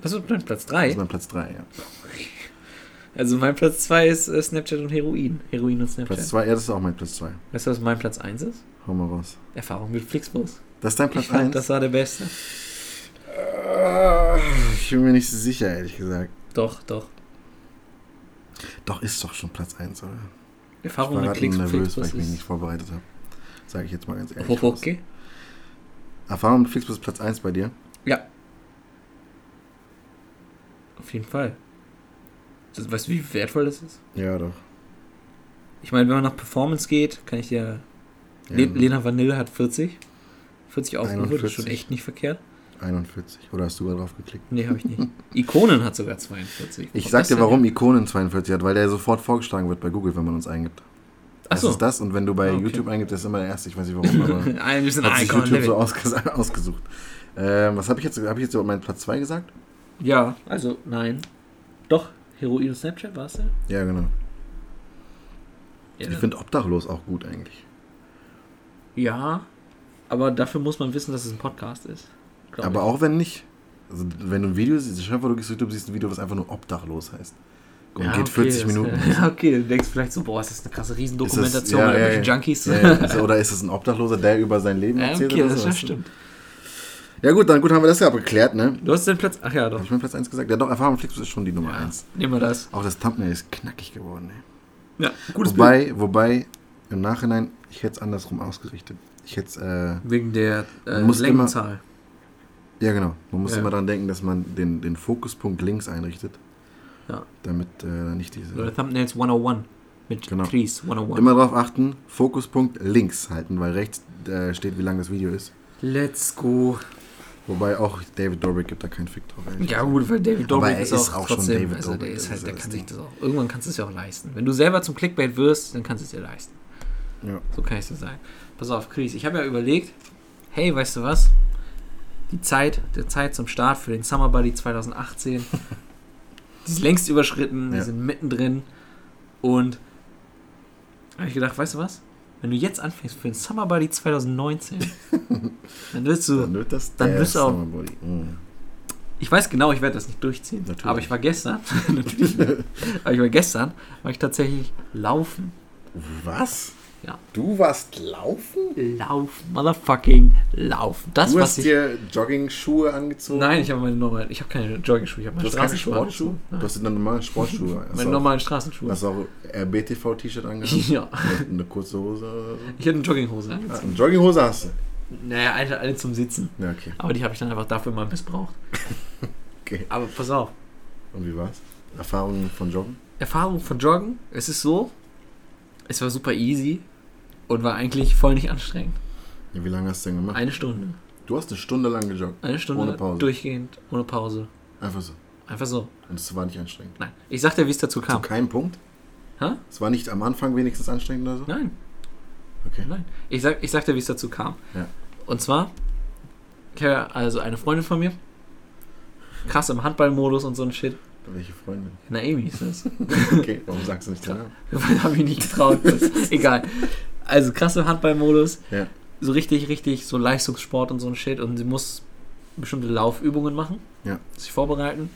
Speaker 2: Was ist mein Platz
Speaker 1: Das ist
Speaker 2: 3?
Speaker 1: mein Platz 3, ja.
Speaker 2: Also mein Platz 2 ist äh, Snapchat und Heroin. Heroin und Snapchat.
Speaker 1: Platz 2, ja, das ist auch mein Platz 2.
Speaker 2: Weißt du, was mein Platz 1 ist?
Speaker 1: Hau mal raus.
Speaker 2: Erfahrung mit Flixbus.
Speaker 1: Das ist dein
Speaker 2: Ich
Speaker 1: Platz
Speaker 2: fand,
Speaker 1: 1?
Speaker 2: das war der beste.
Speaker 1: Äh, Ich bin mir nicht so sicher, ehrlich gesagt.
Speaker 2: Doch, doch.
Speaker 1: Doch, ist doch schon Platz 1, oder? Ich
Speaker 2: Erfahrung
Speaker 1: war
Speaker 2: mit
Speaker 1: gerade
Speaker 2: Klicks und
Speaker 1: nervös, weil
Speaker 2: Flixbus
Speaker 1: ich mich nicht
Speaker 2: ist.
Speaker 1: vorbereitet habe. Sage ich jetzt mal ganz ehrlich.
Speaker 2: Hoch, hoch, okay?
Speaker 1: Erfahrung mit Flixbus ist Platz 1 bei dir?
Speaker 2: Ja. Auf jeden Fall. Das, weißt du, wie wertvoll das ist?
Speaker 1: Ja, doch.
Speaker 2: Ich meine, wenn man nach Performance geht, kann ich dir.
Speaker 1: Ja,
Speaker 2: Le Lena Vanille hat 40. 40 Aufrufe, das ist
Speaker 1: 41.
Speaker 2: schon echt nicht verkehrt.
Speaker 1: 41. Oder hast du gerade drauf geklickt?
Speaker 2: Nee, habe ich nicht. Ikonen hat sogar 42.
Speaker 1: Ich
Speaker 2: Kommt
Speaker 1: sag
Speaker 2: das
Speaker 1: dir,
Speaker 2: denn
Speaker 1: warum Ikonen 42 hat, weil der sofort vorgeschlagen wird bei Google, wenn man uns eingibt.
Speaker 2: her? Ach
Speaker 1: Das
Speaker 2: so.
Speaker 1: ist das und wenn du bei
Speaker 2: Ah, okay.
Speaker 1: YouTube eingibst, ist immer der erste. Ich weiß nicht warum, aber
Speaker 2: Ein bisschen
Speaker 1: hat sich
Speaker 2: Icon ne?
Speaker 1: YouTube so
Speaker 2: Living.
Speaker 1: ausges ausgesucht. Ähm, was habe ich jetzt? Habe ich jetzt über meinen Platz 2 gesagt?
Speaker 2: Ja, also nein. Doch, Heroin und Snapchat war's ja? ne.
Speaker 1: Ja, genau.
Speaker 2: Ja.
Speaker 1: Ich finde Obdachlos auch gut eigentlich.
Speaker 2: ja, aber dafür muss man wissen, dass es ein Podcast ist. glaub
Speaker 1: Aber auch wenn nicht. Also, wenn du ein Video siehst, schau mal, du gehst auf YouTube, siehst ein Video, was einfach nur obdachlos heißt. Und
Speaker 2: Ja,
Speaker 1: geht
Speaker 2: okay,
Speaker 1: 40
Speaker 2: das- äh,
Speaker 1: Minuten.
Speaker 2: Ja, okay, du denkst vielleicht so, boah, ist das eine krasse
Speaker 1: Ist das-
Speaker 2: Riesendokumentation mit irgendwelchen Junkies.
Speaker 1: Ja, ja, ist, oder ist es ein Obdachloser, der über sein Leben
Speaker 2: Ja,
Speaker 1: erzählt?
Speaker 2: okay,
Speaker 1: oder
Speaker 2: das,
Speaker 1: so,
Speaker 2: das
Speaker 1: weißt du?
Speaker 2: stimmt.
Speaker 1: Ja gut, dann gut haben wir das ja abgeklärt, ne?
Speaker 2: Du hast den Platz. Ach ja,
Speaker 1: Hab
Speaker 2: doch.
Speaker 1: ich meinen Platz 1 gesagt? Ja doch, Erfahrung mit Flixbus ist schon die Nummer
Speaker 2: Ja,
Speaker 1: 1.
Speaker 2: nehmen wir das.
Speaker 1: Auch das Thumbnail ist knackig geworden, ne?
Speaker 2: Ja, gutes Bild.
Speaker 1: Wobei, wobei, im Nachhinein, ich hätte es andersrum ausgerichtet. Ich hätte es, äh,
Speaker 2: Wegen der äh,
Speaker 1: Man muss
Speaker 2: Längenzahl.
Speaker 1: ja genau, man muss
Speaker 2: Ja.
Speaker 1: immer daran denken, dass man den, den Fokuspunkt links einrichtet.
Speaker 2: Ja.
Speaker 1: Damit äh, nicht diese...
Speaker 2: Oder Thumbnails 101 mit oh
Speaker 1: Genau.
Speaker 2: Chris 101.
Speaker 1: Immer darauf achten, Fokuspunkt links halten, weil rechts äh, steht, wie lang das Video ist.
Speaker 2: Let's go.
Speaker 1: Wobei auch David Dobrik gibt da keinen Fick drauf. ehrlich
Speaker 2: Ja
Speaker 1: gesagt.
Speaker 2: gut, weil David
Speaker 1: Aber
Speaker 2: Dobrik
Speaker 1: er
Speaker 2: ist,
Speaker 1: ist
Speaker 2: auch
Speaker 1: auch schon
Speaker 2: trotzdem,
Speaker 1: David
Speaker 2: also der
Speaker 1: Dobrik,
Speaker 2: ist
Speaker 1: das
Speaker 2: halt,
Speaker 1: ist
Speaker 2: der
Speaker 1: das
Speaker 2: kann
Speaker 1: Ding.
Speaker 2: sich das auch, irgendwann kannst du es ja auch leisten. Wenn du selber zum Clickbait wirst, dann kannst du es dir leisten.
Speaker 1: Ja.
Speaker 2: So kann ich dir sagen. Pass auf, Chris, ich habe ja überlegt, hey, weißt du was? Die Zeit, der Zeit zum Start für den Summer Buddy 2018, die ist längst überschritten, wir
Speaker 1: Ja.
Speaker 2: sind mittendrin und habe ich gedacht, weißt du was? Wenn du jetzt anfängst für den Summer Buddy 2019, dann wirst du
Speaker 1: Dann wird das
Speaker 2: Dann
Speaker 1: der
Speaker 2: bist du auch-
Speaker 1: Summerbody. Mhm.
Speaker 2: Ich weiß genau, ich werde das nicht durchziehen.
Speaker 1: Natürlich.
Speaker 2: Aber ich war gestern, natürlich, nicht. aber ich war gestern, war ich tatsächlich laufen.
Speaker 1: Was?
Speaker 2: Ja.
Speaker 1: Du warst laufen?
Speaker 2: Laufen, motherfucking laufen. Das,
Speaker 1: Du
Speaker 2: was
Speaker 1: hast
Speaker 2: ich.
Speaker 1: dir Jogging-Schuhe angezogen?
Speaker 2: Nein, ich habe meine normalen, ich habe keine Jogging-Schuhe, ich habe
Speaker 1: Du
Speaker 2: meine
Speaker 1: hast keine
Speaker 2: Straßenschuhe.
Speaker 1: Sportschuhe?
Speaker 2: angezogen.
Speaker 1: Du
Speaker 2: Nein,
Speaker 1: hast dir dann normale Sportschuhe. Hast
Speaker 2: meine
Speaker 1: du auch-
Speaker 2: normalen Straßenschuhe.
Speaker 1: Hast du auch RBTV-T-Shirt angehabt?
Speaker 2: Ja,
Speaker 1: Und eine kurze Hose oder so?
Speaker 2: ich hatte eine Jogginghose
Speaker 1: Ah,
Speaker 2: angezogen.
Speaker 1: eine Jogginghose hast du?
Speaker 2: Naja, eine, eine zum Sitzen.
Speaker 1: Ja, okay.
Speaker 2: Aber die habe ich dann einfach dafür mal missbraucht.
Speaker 1: Okay.
Speaker 2: Aber pass auf,
Speaker 1: Und wie war's? Erfahrungen von Joggen?
Speaker 2: Erfahrung von Joggen, es ist so, es war super easy und war eigentlich voll nicht anstrengend.
Speaker 1: Ja, wie lange hast du denn gemacht?
Speaker 2: Eine Stunde.
Speaker 1: Du hast eine Stunde lang gejoggt.
Speaker 2: Eine Stunde
Speaker 1: Ohne Pause.
Speaker 2: durchgehend, ohne Pause.
Speaker 1: Einfach so.
Speaker 2: Einfach so.
Speaker 1: Und es war nicht anstrengend.
Speaker 2: Nein. Ich sag dir, wie es dazu
Speaker 1: Zu
Speaker 2: kam.
Speaker 1: keinem Punkt?
Speaker 2: Hä?
Speaker 1: Es war nicht am Anfang wenigstens anstrengend oder so?
Speaker 2: Nein,
Speaker 1: Okay.
Speaker 2: nein. Ich sag, ich sag dir, wie es dazu kam.
Speaker 1: Ja.
Speaker 2: Und zwar, ich habe ja also eine Freundin von mir. Krass im Handballmodus und so ein Shit.
Speaker 1: Welche Freundin?
Speaker 2: Naomi ist das.
Speaker 1: Okay, warum sagst du nicht den Namen?
Speaker 2: habe ich nicht getraut. Egal. Also krass im Handballmodus.
Speaker 1: Ja.
Speaker 2: So richtig, richtig so Leistungssport und so ein Shit. Und sie muss bestimmte Laufübungen machen.
Speaker 1: Ja.
Speaker 2: Sich vorbereiten.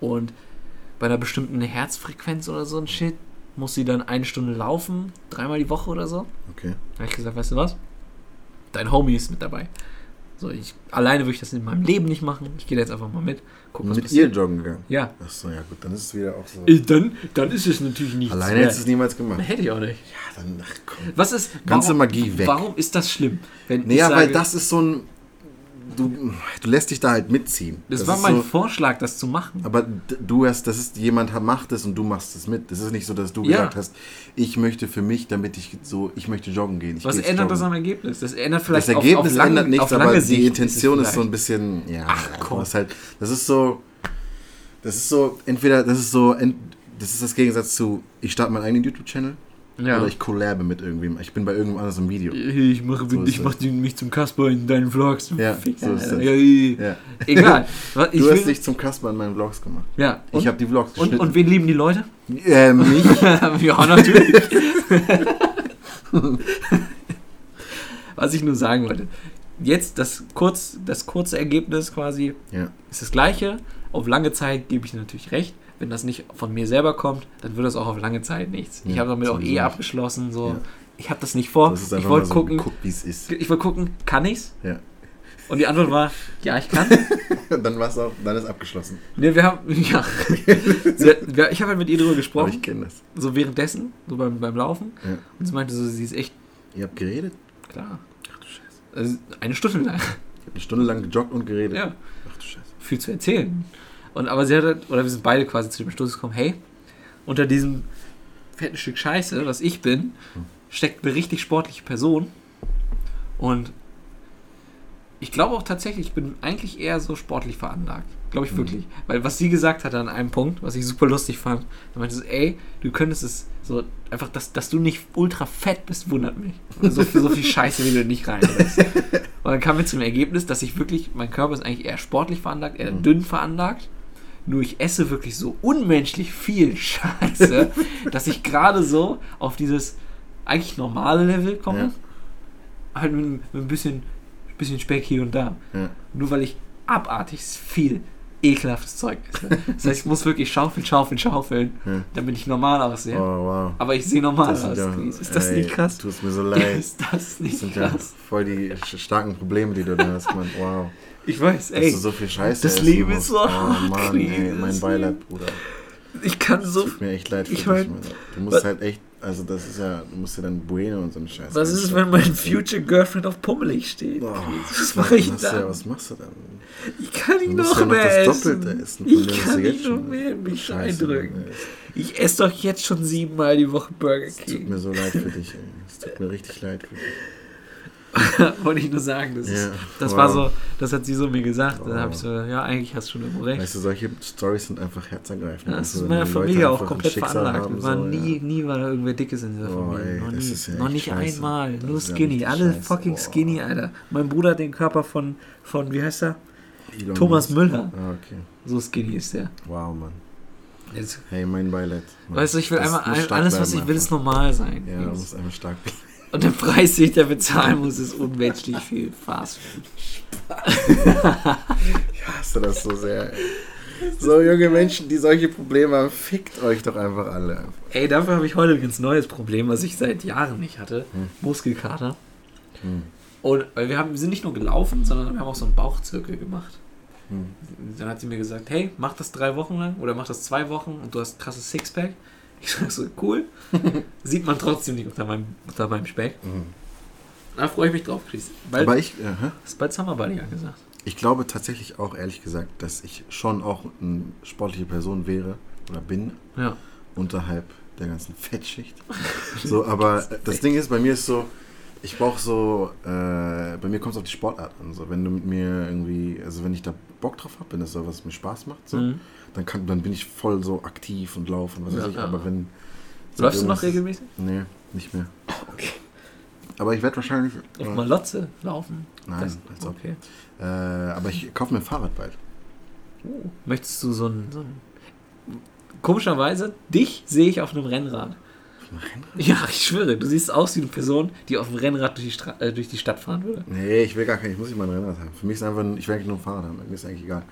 Speaker 2: Und bei einer bestimmten Herzfrequenz oder so ein Shit muss sie dann eine Stunde laufen. Dreimal die Woche oder so.
Speaker 1: Okay.
Speaker 2: Da habe ich gesagt, weißt du was? Dein Homie ist mit dabei. So, ich, alleine würde ich das in meinem Leben nicht machen. Ich gehe da jetzt einfach mal mit. Guck, was
Speaker 1: Mit ihr
Speaker 2: passiert.
Speaker 1: joggen gegangen?
Speaker 2: Ja.
Speaker 1: Achso, ja gut, dann ist es wieder auch so.
Speaker 2: Äh, Dann, dann ist es natürlich nichts.
Speaker 1: Alleine hättest du es niemals gemacht.
Speaker 2: Hätte ich auch nicht.
Speaker 1: Ja, dann, ach komm.
Speaker 2: Was ist.
Speaker 1: Ganze Magie weg.
Speaker 2: Warum ist das schlimm? Wenn ich
Speaker 1: Naja,
Speaker 2: sage,
Speaker 1: weil das ist so ein. Du, du lässt dich da halt mitziehen.
Speaker 2: Das,
Speaker 1: Das
Speaker 2: war
Speaker 1: ist
Speaker 2: mein
Speaker 1: so,
Speaker 2: Vorschlag, das zu machen.
Speaker 1: aber d- du hast, das ist, jemand hat- macht es und du machst es mit. Das ist nicht so, dass du
Speaker 2: Ja.
Speaker 1: gesagt hast, ich möchte für mich, damit ich so, ich möchte joggen gehen. Ich
Speaker 2: Was
Speaker 1: geh jetzt
Speaker 2: ändert das
Speaker 1: joggen.
Speaker 2: am Ergebnis? Das ändert
Speaker 1: Das
Speaker 2: vielleicht auf-
Speaker 1: Ergebnis
Speaker 2: auf, lang,
Speaker 1: ändert
Speaker 2: auf
Speaker 1: nichts,
Speaker 2: lange
Speaker 1: aber
Speaker 2: Sicht
Speaker 1: die Intention
Speaker 2: es
Speaker 1: ist, so ein
Speaker 2: vielleicht.
Speaker 1: bisschen. Ja,
Speaker 2: Ach, komm.
Speaker 1: Das ist, halt, das ist so. Das ist so, entweder, das ist so, ent, das ist das Gegensatz zu, ich starte meinen eigenen YouTube-Channel
Speaker 2: Ja.
Speaker 1: oder ich collabe mit irgendwem. Ich bin bei irgendwem anders im Video.
Speaker 2: Hey, Ich mache
Speaker 1: So ist
Speaker 2: ich
Speaker 1: das.
Speaker 2: mach die- mich zum Kasper in deinen Vlogs. du
Speaker 1: Ja,
Speaker 2: Ficker,
Speaker 1: so ist das.
Speaker 2: Alter. Ja, ja, ja.
Speaker 1: Ja.
Speaker 2: Egal. Was- Ich
Speaker 1: Du
Speaker 2: will,
Speaker 1: hast dich zum Kasper in meinen Vlogs gemacht.
Speaker 2: ja.
Speaker 1: Ich
Speaker 2: Und,
Speaker 1: habe die Vlogs
Speaker 2: und,
Speaker 1: geschnitten.
Speaker 2: und wen lieben die Leute?
Speaker 1: ähm,
Speaker 2: ja, natürlich. Was ich nur sagen wollte. Jetzt das, kurz, das kurze Ergebnis quasi
Speaker 1: Ja.
Speaker 2: ist das gleiche. Auf lange Zeit gebe ich dir natürlich recht. Wenn das nicht von mir selber kommt, dann wird das auch auf lange Zeit nichts. ich
Speaker 1: Ja,
Speaker 2: habe damit auch
Speaker 1: sowieso
Speaker 2: eh
Speaker 1: nicht.
Speaker 2: abgeschlossen. So.
Speaker 1: Ja.
Speaker 2: Ich habe das nicht vor.
Speaker 1: Das ist
Speaker 2: Oh, ich
Speaker 1: einfach
Speaker 2: wollte
Speaker 1: mal so
Speaker 2: gucken,
Speaker 1: geguckt, wie es ist.
Speaker 2: ich wollte gucken, kann ich's?
Speaker 1: Ja.
Speaker 2: Und die Antwort war, ja, ich kann.
Speaker 1: dann war's auch, dann ist abgeschlossen.
Speaker 2: ne, wir haben, ja. Wir- wir- ich habe halt mit ihr drüber
Speaker 1: Aber
Speaker 2: gesprochen,
Speaker 1: ich kenne das.
Speaker 2: so währenddessen, so beim, beim Laufen.
Speaker 1: Ja.
Speaker 2: Und sie meinte so, sie ist echt
Speaker 1: Ihr habt geredet?
Speaker 2: klar.
Speaker 1: Ach du Scheiße.
Speaker 2: Also eine Stunde lang.
Speaker 1: Ich habe eine Stunde lang gejoggt und geredet.
Speaker 2: Ja,
Speaker 1: Ach du Scheiße.
Speaker 2: viel zu erzählen. Und aber sie hat, halt- oder wir sind beide quasi zu dem Entschluss gekommen, hey, unter diesem fetten Stück Scheiße, was ich bin, steckt eine richtig sportliche Person. Und ich glaube auch tatsächlich, ich bin eigentlich eher so sportlich veranlagt. Glaube ich wirklich. Weil was sie gesagt hat an einem Punkt, was ich super lustig fand, da meinte sie, ey, du könntest es so, einfach, dass, dass du nicht ultra fett bist, wundert mich. Also So, so viel Scheiße, wie du nicht reinlässt. Und dann kamen wir zum Ergebnis, dass ich wirklich, mein Körper ist eigentlich eher sportlich veranlagt, eher
Speaker 1: Mhm.
Speaker 2: dünn veranlagt. Nur ich esse wirklich so unmenschlich viel Scheiße, dass ich gerade so auf dieses eigentlich normale Level komme.
Speaker 1: Ja.
Speaker 2: Halt mit, mit ein bisschen, bisschen Speck hier und da.
Speaker 1: Ja.
Speaker 2: Nur weil ich abartig viel ekelhaftes Zeug esse. Das heißt, ich muss wirklich schaufeln, schaufeln, schaufeln,
Speaker 1: Ja.
Speaker 2: damit ich normal aussehe.
Speaker 1: Oh, wow.
Speaker 2: Aber ich sehe normal
Speaker 1: sind
Speaker 2: aus.
Speaker 1: ja-
Speaker 2: Chris. Ist Ah, das
Speaker 1: ey,
Speaker 2: nicht krass?
Speaker 1: Tut mir so leid.
Speaker 2: Ist das
Speaker 1: Das
Speaker 2: nicht
Speaker 1: sind ja
Speaker 2: krass?
Speaker 1: voll die sch- starken Probleme, die du da hast, Mann. Wow.
Speaker 2: Ich weiß,
Speaker 1: Dass
Speaker 2: ey.
Speaker 1: du so viel Scheiße
Speaker 2: das
Speaker 1: essen
Speaker 2: Leben
Speaker 1: musst.
Speaker 2: ist so
Speaker 1: Oh
Speaker 2: hart,
Speaker 1: Mann,
Speaker 2: Chris.
Speaker 1: ey, mein
Speaker 2: Das
Speaker 1: Beileid, Bruder.
Speaker 2: Ich kann so.
Speaker 1: Tut mir echt leid für
Speaker 2: Ich
Speaker 1: dich,
Speaker 2: mein-
Speaker 1: Mann. Du musst
Speaker 2: Was-
Speaker 1: halt echt, also das ist ja, du musst ja dann Bueno und so einen Scheiß.
Speaker 2: Was ist es, wenn mein Future Girlfriend auf Pummelig steht?
Speaker 1: Oh,
Speaker 2: was mache ich
Speaker 1: hast du Ja,
Speaker 2: dann?
Speaker 1: was machst du dann?
Speaker 2: Ich kann
Speaker 1: Du
Speaker 2: nicht
Speaker 1: musst
Speaker 2: noch
Speaker 1: ja noch
Speaker 2: mehr
Speaker 1: das
Speaker 2: essen.
Speaker 1: Doppelte essen. von
Speaker 2: Ich
Speaker 1: dem, was
Speaker 2: kann
Speaker 1: du jetzt
Speaker 2: nicht noch
Speaker 1: schon-
Speaker 2: mehr mich
Speaker 1: Scheiße, Mann,
Speaker 2: eindrücken.
Speaker 1: ey.
Speaker 2: Ich esse doch jetzt schon siebenmal die Woche Burger
Speaker 1: Es tut
Speaker 2: King.
Speaker 1: mir so leid für dich, ey. Es tut mir richtig leid für dich.
Speaker 2: Wollte ich nur sagen. Das, ist,
Speaker 1: Ja,
Speaker 2: das
Speaker 1: wow.
Speaker 2: war so, das hat sie so mir gesagt. Dann
Speaker 1: Wow.
Speaker 2: habe ich so, ja, eigentlich hast du schon irgendwo recht.
Speaker 1: Weißt du, solche Stories sind einfach herzergreifend.
Speaker 2: Ja, das
Speaker 1: Weißt du,
Speaker 2: ist in
Speaker 1: wenn
Speaker 2: meiner
Speaker 1: die
Speaker 2: Familie
Speaker 1: Leute
Speaker 2: auch
Speaker 1: einfach ein
Speaker 2: komplett
Speaker 1: Schicksal
Speaker 2: veranlagt.
Speaker 1: haben,
Speaker 2: Es war
Speaker 1: so,
Speaker 2: nie,
Speaker 1: ja.
Speaker 2: nie war da irgendwer Dickes in dieser
Speaker 1: Oh,
Speaker 2: Familie.
Speaker 1: ey,
Speaker 2: noch
Speaker 1: das
Speaker 2: nie,
Speaker 1: ist ja
Speaker 2: noch
Speaker 1: echt
Speaker 2: nicht
Speaker 1: scheiße.
Speaker 2: einmal.
Speaker 1: Das
Speaker 2: Nur
Speaker 1: ist ja
Speaker 2: skinny.
Speaker 1: wirklich
Speaker 2: Alle
Speaker 1: scheiße.
Speaker 2: fucking
Speaker 1: Boah.
Speaker 2: skinny, Alter. Mein Bruder hat den Körper von, von wie heißt er?
Speaker 1: Elon
Speaker 2: Thomas
Speaker 1: Musk.
Speaker 2: Müller.
Speaker 1: Ah, okay.
Speaker 2: So skinny ist der.
Speaker 1: Wow, Mann.
Speaker 2: Jetzt,
Speaker 1: Hey, mein Beileid. Mann.
Speaker 2: weißt du, ich will
Speaker 1: Das
Speaker 2: einmal
Speaker 1: muss
Speaker 2: ein-
Speaker 1: stark
Speaker 2: alles, was
Speaker 1: bleiben
Speaker 2: ich will, ist normal sein.
Speaker 1: einfach. Ja, du musst einfach stark bleiben.
Speaker 2: Und der Preis, den ich da bezahlen muss, ist unmenschlich viel. Fast Food.
Speaker 1: Ich hasse das so sehr, ey. So junge Menschen, die solche Probleme haben, fickt euch doch einfach alle.
Speaker 2: Ey, dafür habe ich heute ein ganz neues Problem, was ich seit Jahren nicht hatte. Muskelkater.
Speaker 1: Hm.
Speaker 2: Und weil wir, haben, wir sind nicht nur gelaufen, sondern wir haben auch so einen Bauchzirkel gemacht.
Speaker 1: Hm,
Speaker 2: Dann hat sie mir gesagt, hey, mach das drei Wochen lang oder mach das zwei Wochen und du hast ein krasses Sixpack. Ich sag so, cool. Sieht man trotzdem nicht unter meinem, unter meinem Speck.
Speaker 1: hm.
Speaker 2: Da freue ich mich drauf, Chris. Bald,
Speaker 1: Aber ich, aha.
Speaker 2: ist bald Summer Body angesagt.
Speaker 1: ich glaube tatsächlich auch, ehrlich gesagt, dass ich schon auch eine sportliche Person wäre oder bin,
Speaker 2: Ja.
Speaker 1: unterhalb der ganzen Fettschicht. So, aber das Ding ist, bei mir ist so, ich brauche so, äh, bei mir kommt es auf die Sportart an. So, wenn du mit mir irgendwie, also wenn ich da Bock drauf habe, wenn das so was mir Spaß macht, so,
Speaker 2: Mhm.
Speaker 1: dann, kann, dann bin ich voll so aktiv und laufe und was weiß
Speaker 2: Ja,
Speaker 1: ich.
Speaker 2: ja.
Speaker 1: Aber wenn.
Speaker 2: Läufst du noch
Speaker 1: irgendwas-
Speaker 2: regelmäßig?
Speaker 1: Nee, nicht mehr. Aber ich werde wahrscheinlich.
Speaker 2: Auf
Speaker 1: äh,
Speaker 2: Malotze laufen?
Speaker 1: Nein,
Speaker 2: Das-
Speaker 1: als ob.
Speaker 2: okay.
Speaker 1: Äh, aber ich kaufe mir ein Fahrrad bald.
Speaker 2: Oh. Möchtest du so ein, so ein. Komischerweise, dich sehe ich auf einem Rennrad. Ja, ich schwöre, du siehst aus wie eine Person, die auf dem Rennrad durch die, Stra äh, durch die Stadt fahren würde.
Speaker 1: Nee, ich will gar kein, ich muss nicht mal ein Rennrad haben. Für mich ist einfach, ein- ich will eigentlich nur ein Fahrrad haben. Mir ist eigentlich egal.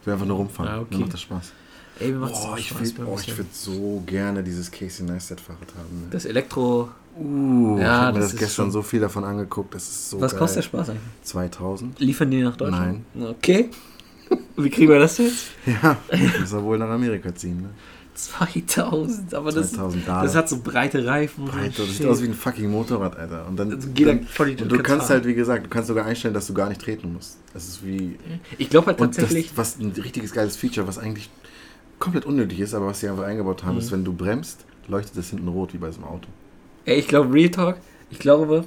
Speaker 1: Ich will einfach nur rumfahren.
Speaker 2: Ah,
Speaker 1: Ah,
Speaker 2: okay.
Speaker 1: Mir macht das Spaß.
Speaker 2: Ey, mir macht's
Speaker 1: Boah, ich
Speaker 2: Spaß
Speaker 1: will-
Speaker 2: beim
Speaker 1: oh, ich
Speaker 2: Bisschen.
Speaker 1: würde so gerne dieses Casey Neistat-Fahrrad haben. Ne?
Speaker 2: Das Elektro.
Speaker 1: Uh, ich
Speaker 2: Ja,
Speaker 1: habe mir
Speaker 2: das
Speaker 1: das
Speaker 2: ist
Speaker 1: gestern
Speaker 2: schon-
Speaker 1: so viel davon angeguckt. Das ist so
Speaker 2: Was
Speaker 1: geil.
Speaker 2: kostet der Spaß eigentlich?
Speaker 1: 2000.
Speaker 2: Liefern die nach Deutschland? Nein. Okay. Wie kriegen wir das jetzt?
Speaker 1: Ja, muss er wohl nach Amerika ziehen. Ne?
Speaker 2: 2000, aber das,
Speaker 1: 2000 Dollar.
Speaker 2: das hat so breite Reifen. und so
Speaker 1: Breite, das
Speaker 2: shit.
Speaker 1: sieht aus wie ein fucking Motorrad, Alter. Und dann,
Speaker 2: Also geht
Speaker 1: dann
Speaker 2: er voll die-
Speaker 1: und du
Speaker 2: kannst
Speaker 1: kannst
Speaker 2: fahren.
Speaker 1: halt, wie gesagt, du kannst sogar einstellen, dass du gar nicht treten musst. Das ist wie
Speaker 2: Ich glaube halt
Speaker 1: Und
Speaker 2: tatsächlich.
Speaker 1: das, was ein richtiges geiles Feature, was eigentlich komplett unnötig ist, aber was sie einfach eingebaut haben,
Speaker 2: Mhm.
Speaker 1: ist, wenn du bremst, leuchtet das hinten rot, wie bei so einem Auto.
Speaker 2: Ey, ich glaube, Real Talk, ich glaube,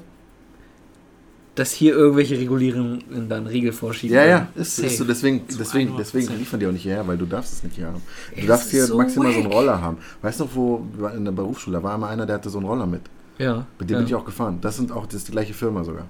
Speaker 2: dass hier irgendwelche Regulierungen dann Riegel vorschieben.
Speaker 1: Ja, ja,
Speaker 2: werden.
Speaker 1: ist,
Speaker 2: Safe.
Speaker 1: ist so. Deswegen,
Speaker 2: Zu
Speaker 1: deswegen,
Speaker 2: 100%.
Speaker 1: deswegen liefern die auch nicht hierher, weil du darfst es nicht hier haben. Du
Speaker 2: Ey, das
Speaker 1: darfst
Speaker 2: ist
Speaker 1: hier
Speaker 2: so
Speaker 1: maximal so einen
Speaker 2: wack.
Speaker 1: Roller haben. Weißt du noch, wo wir waren in der Berufsschule da war immer einer, der hatte so einen Roller mit.
Speaker 2: Ja.
Speaker 1: Mit dem
Speaker 2: ja.
Speaker 1: bin ich auch gefahren. Das sind auch das ist die gleiche Firma sogar.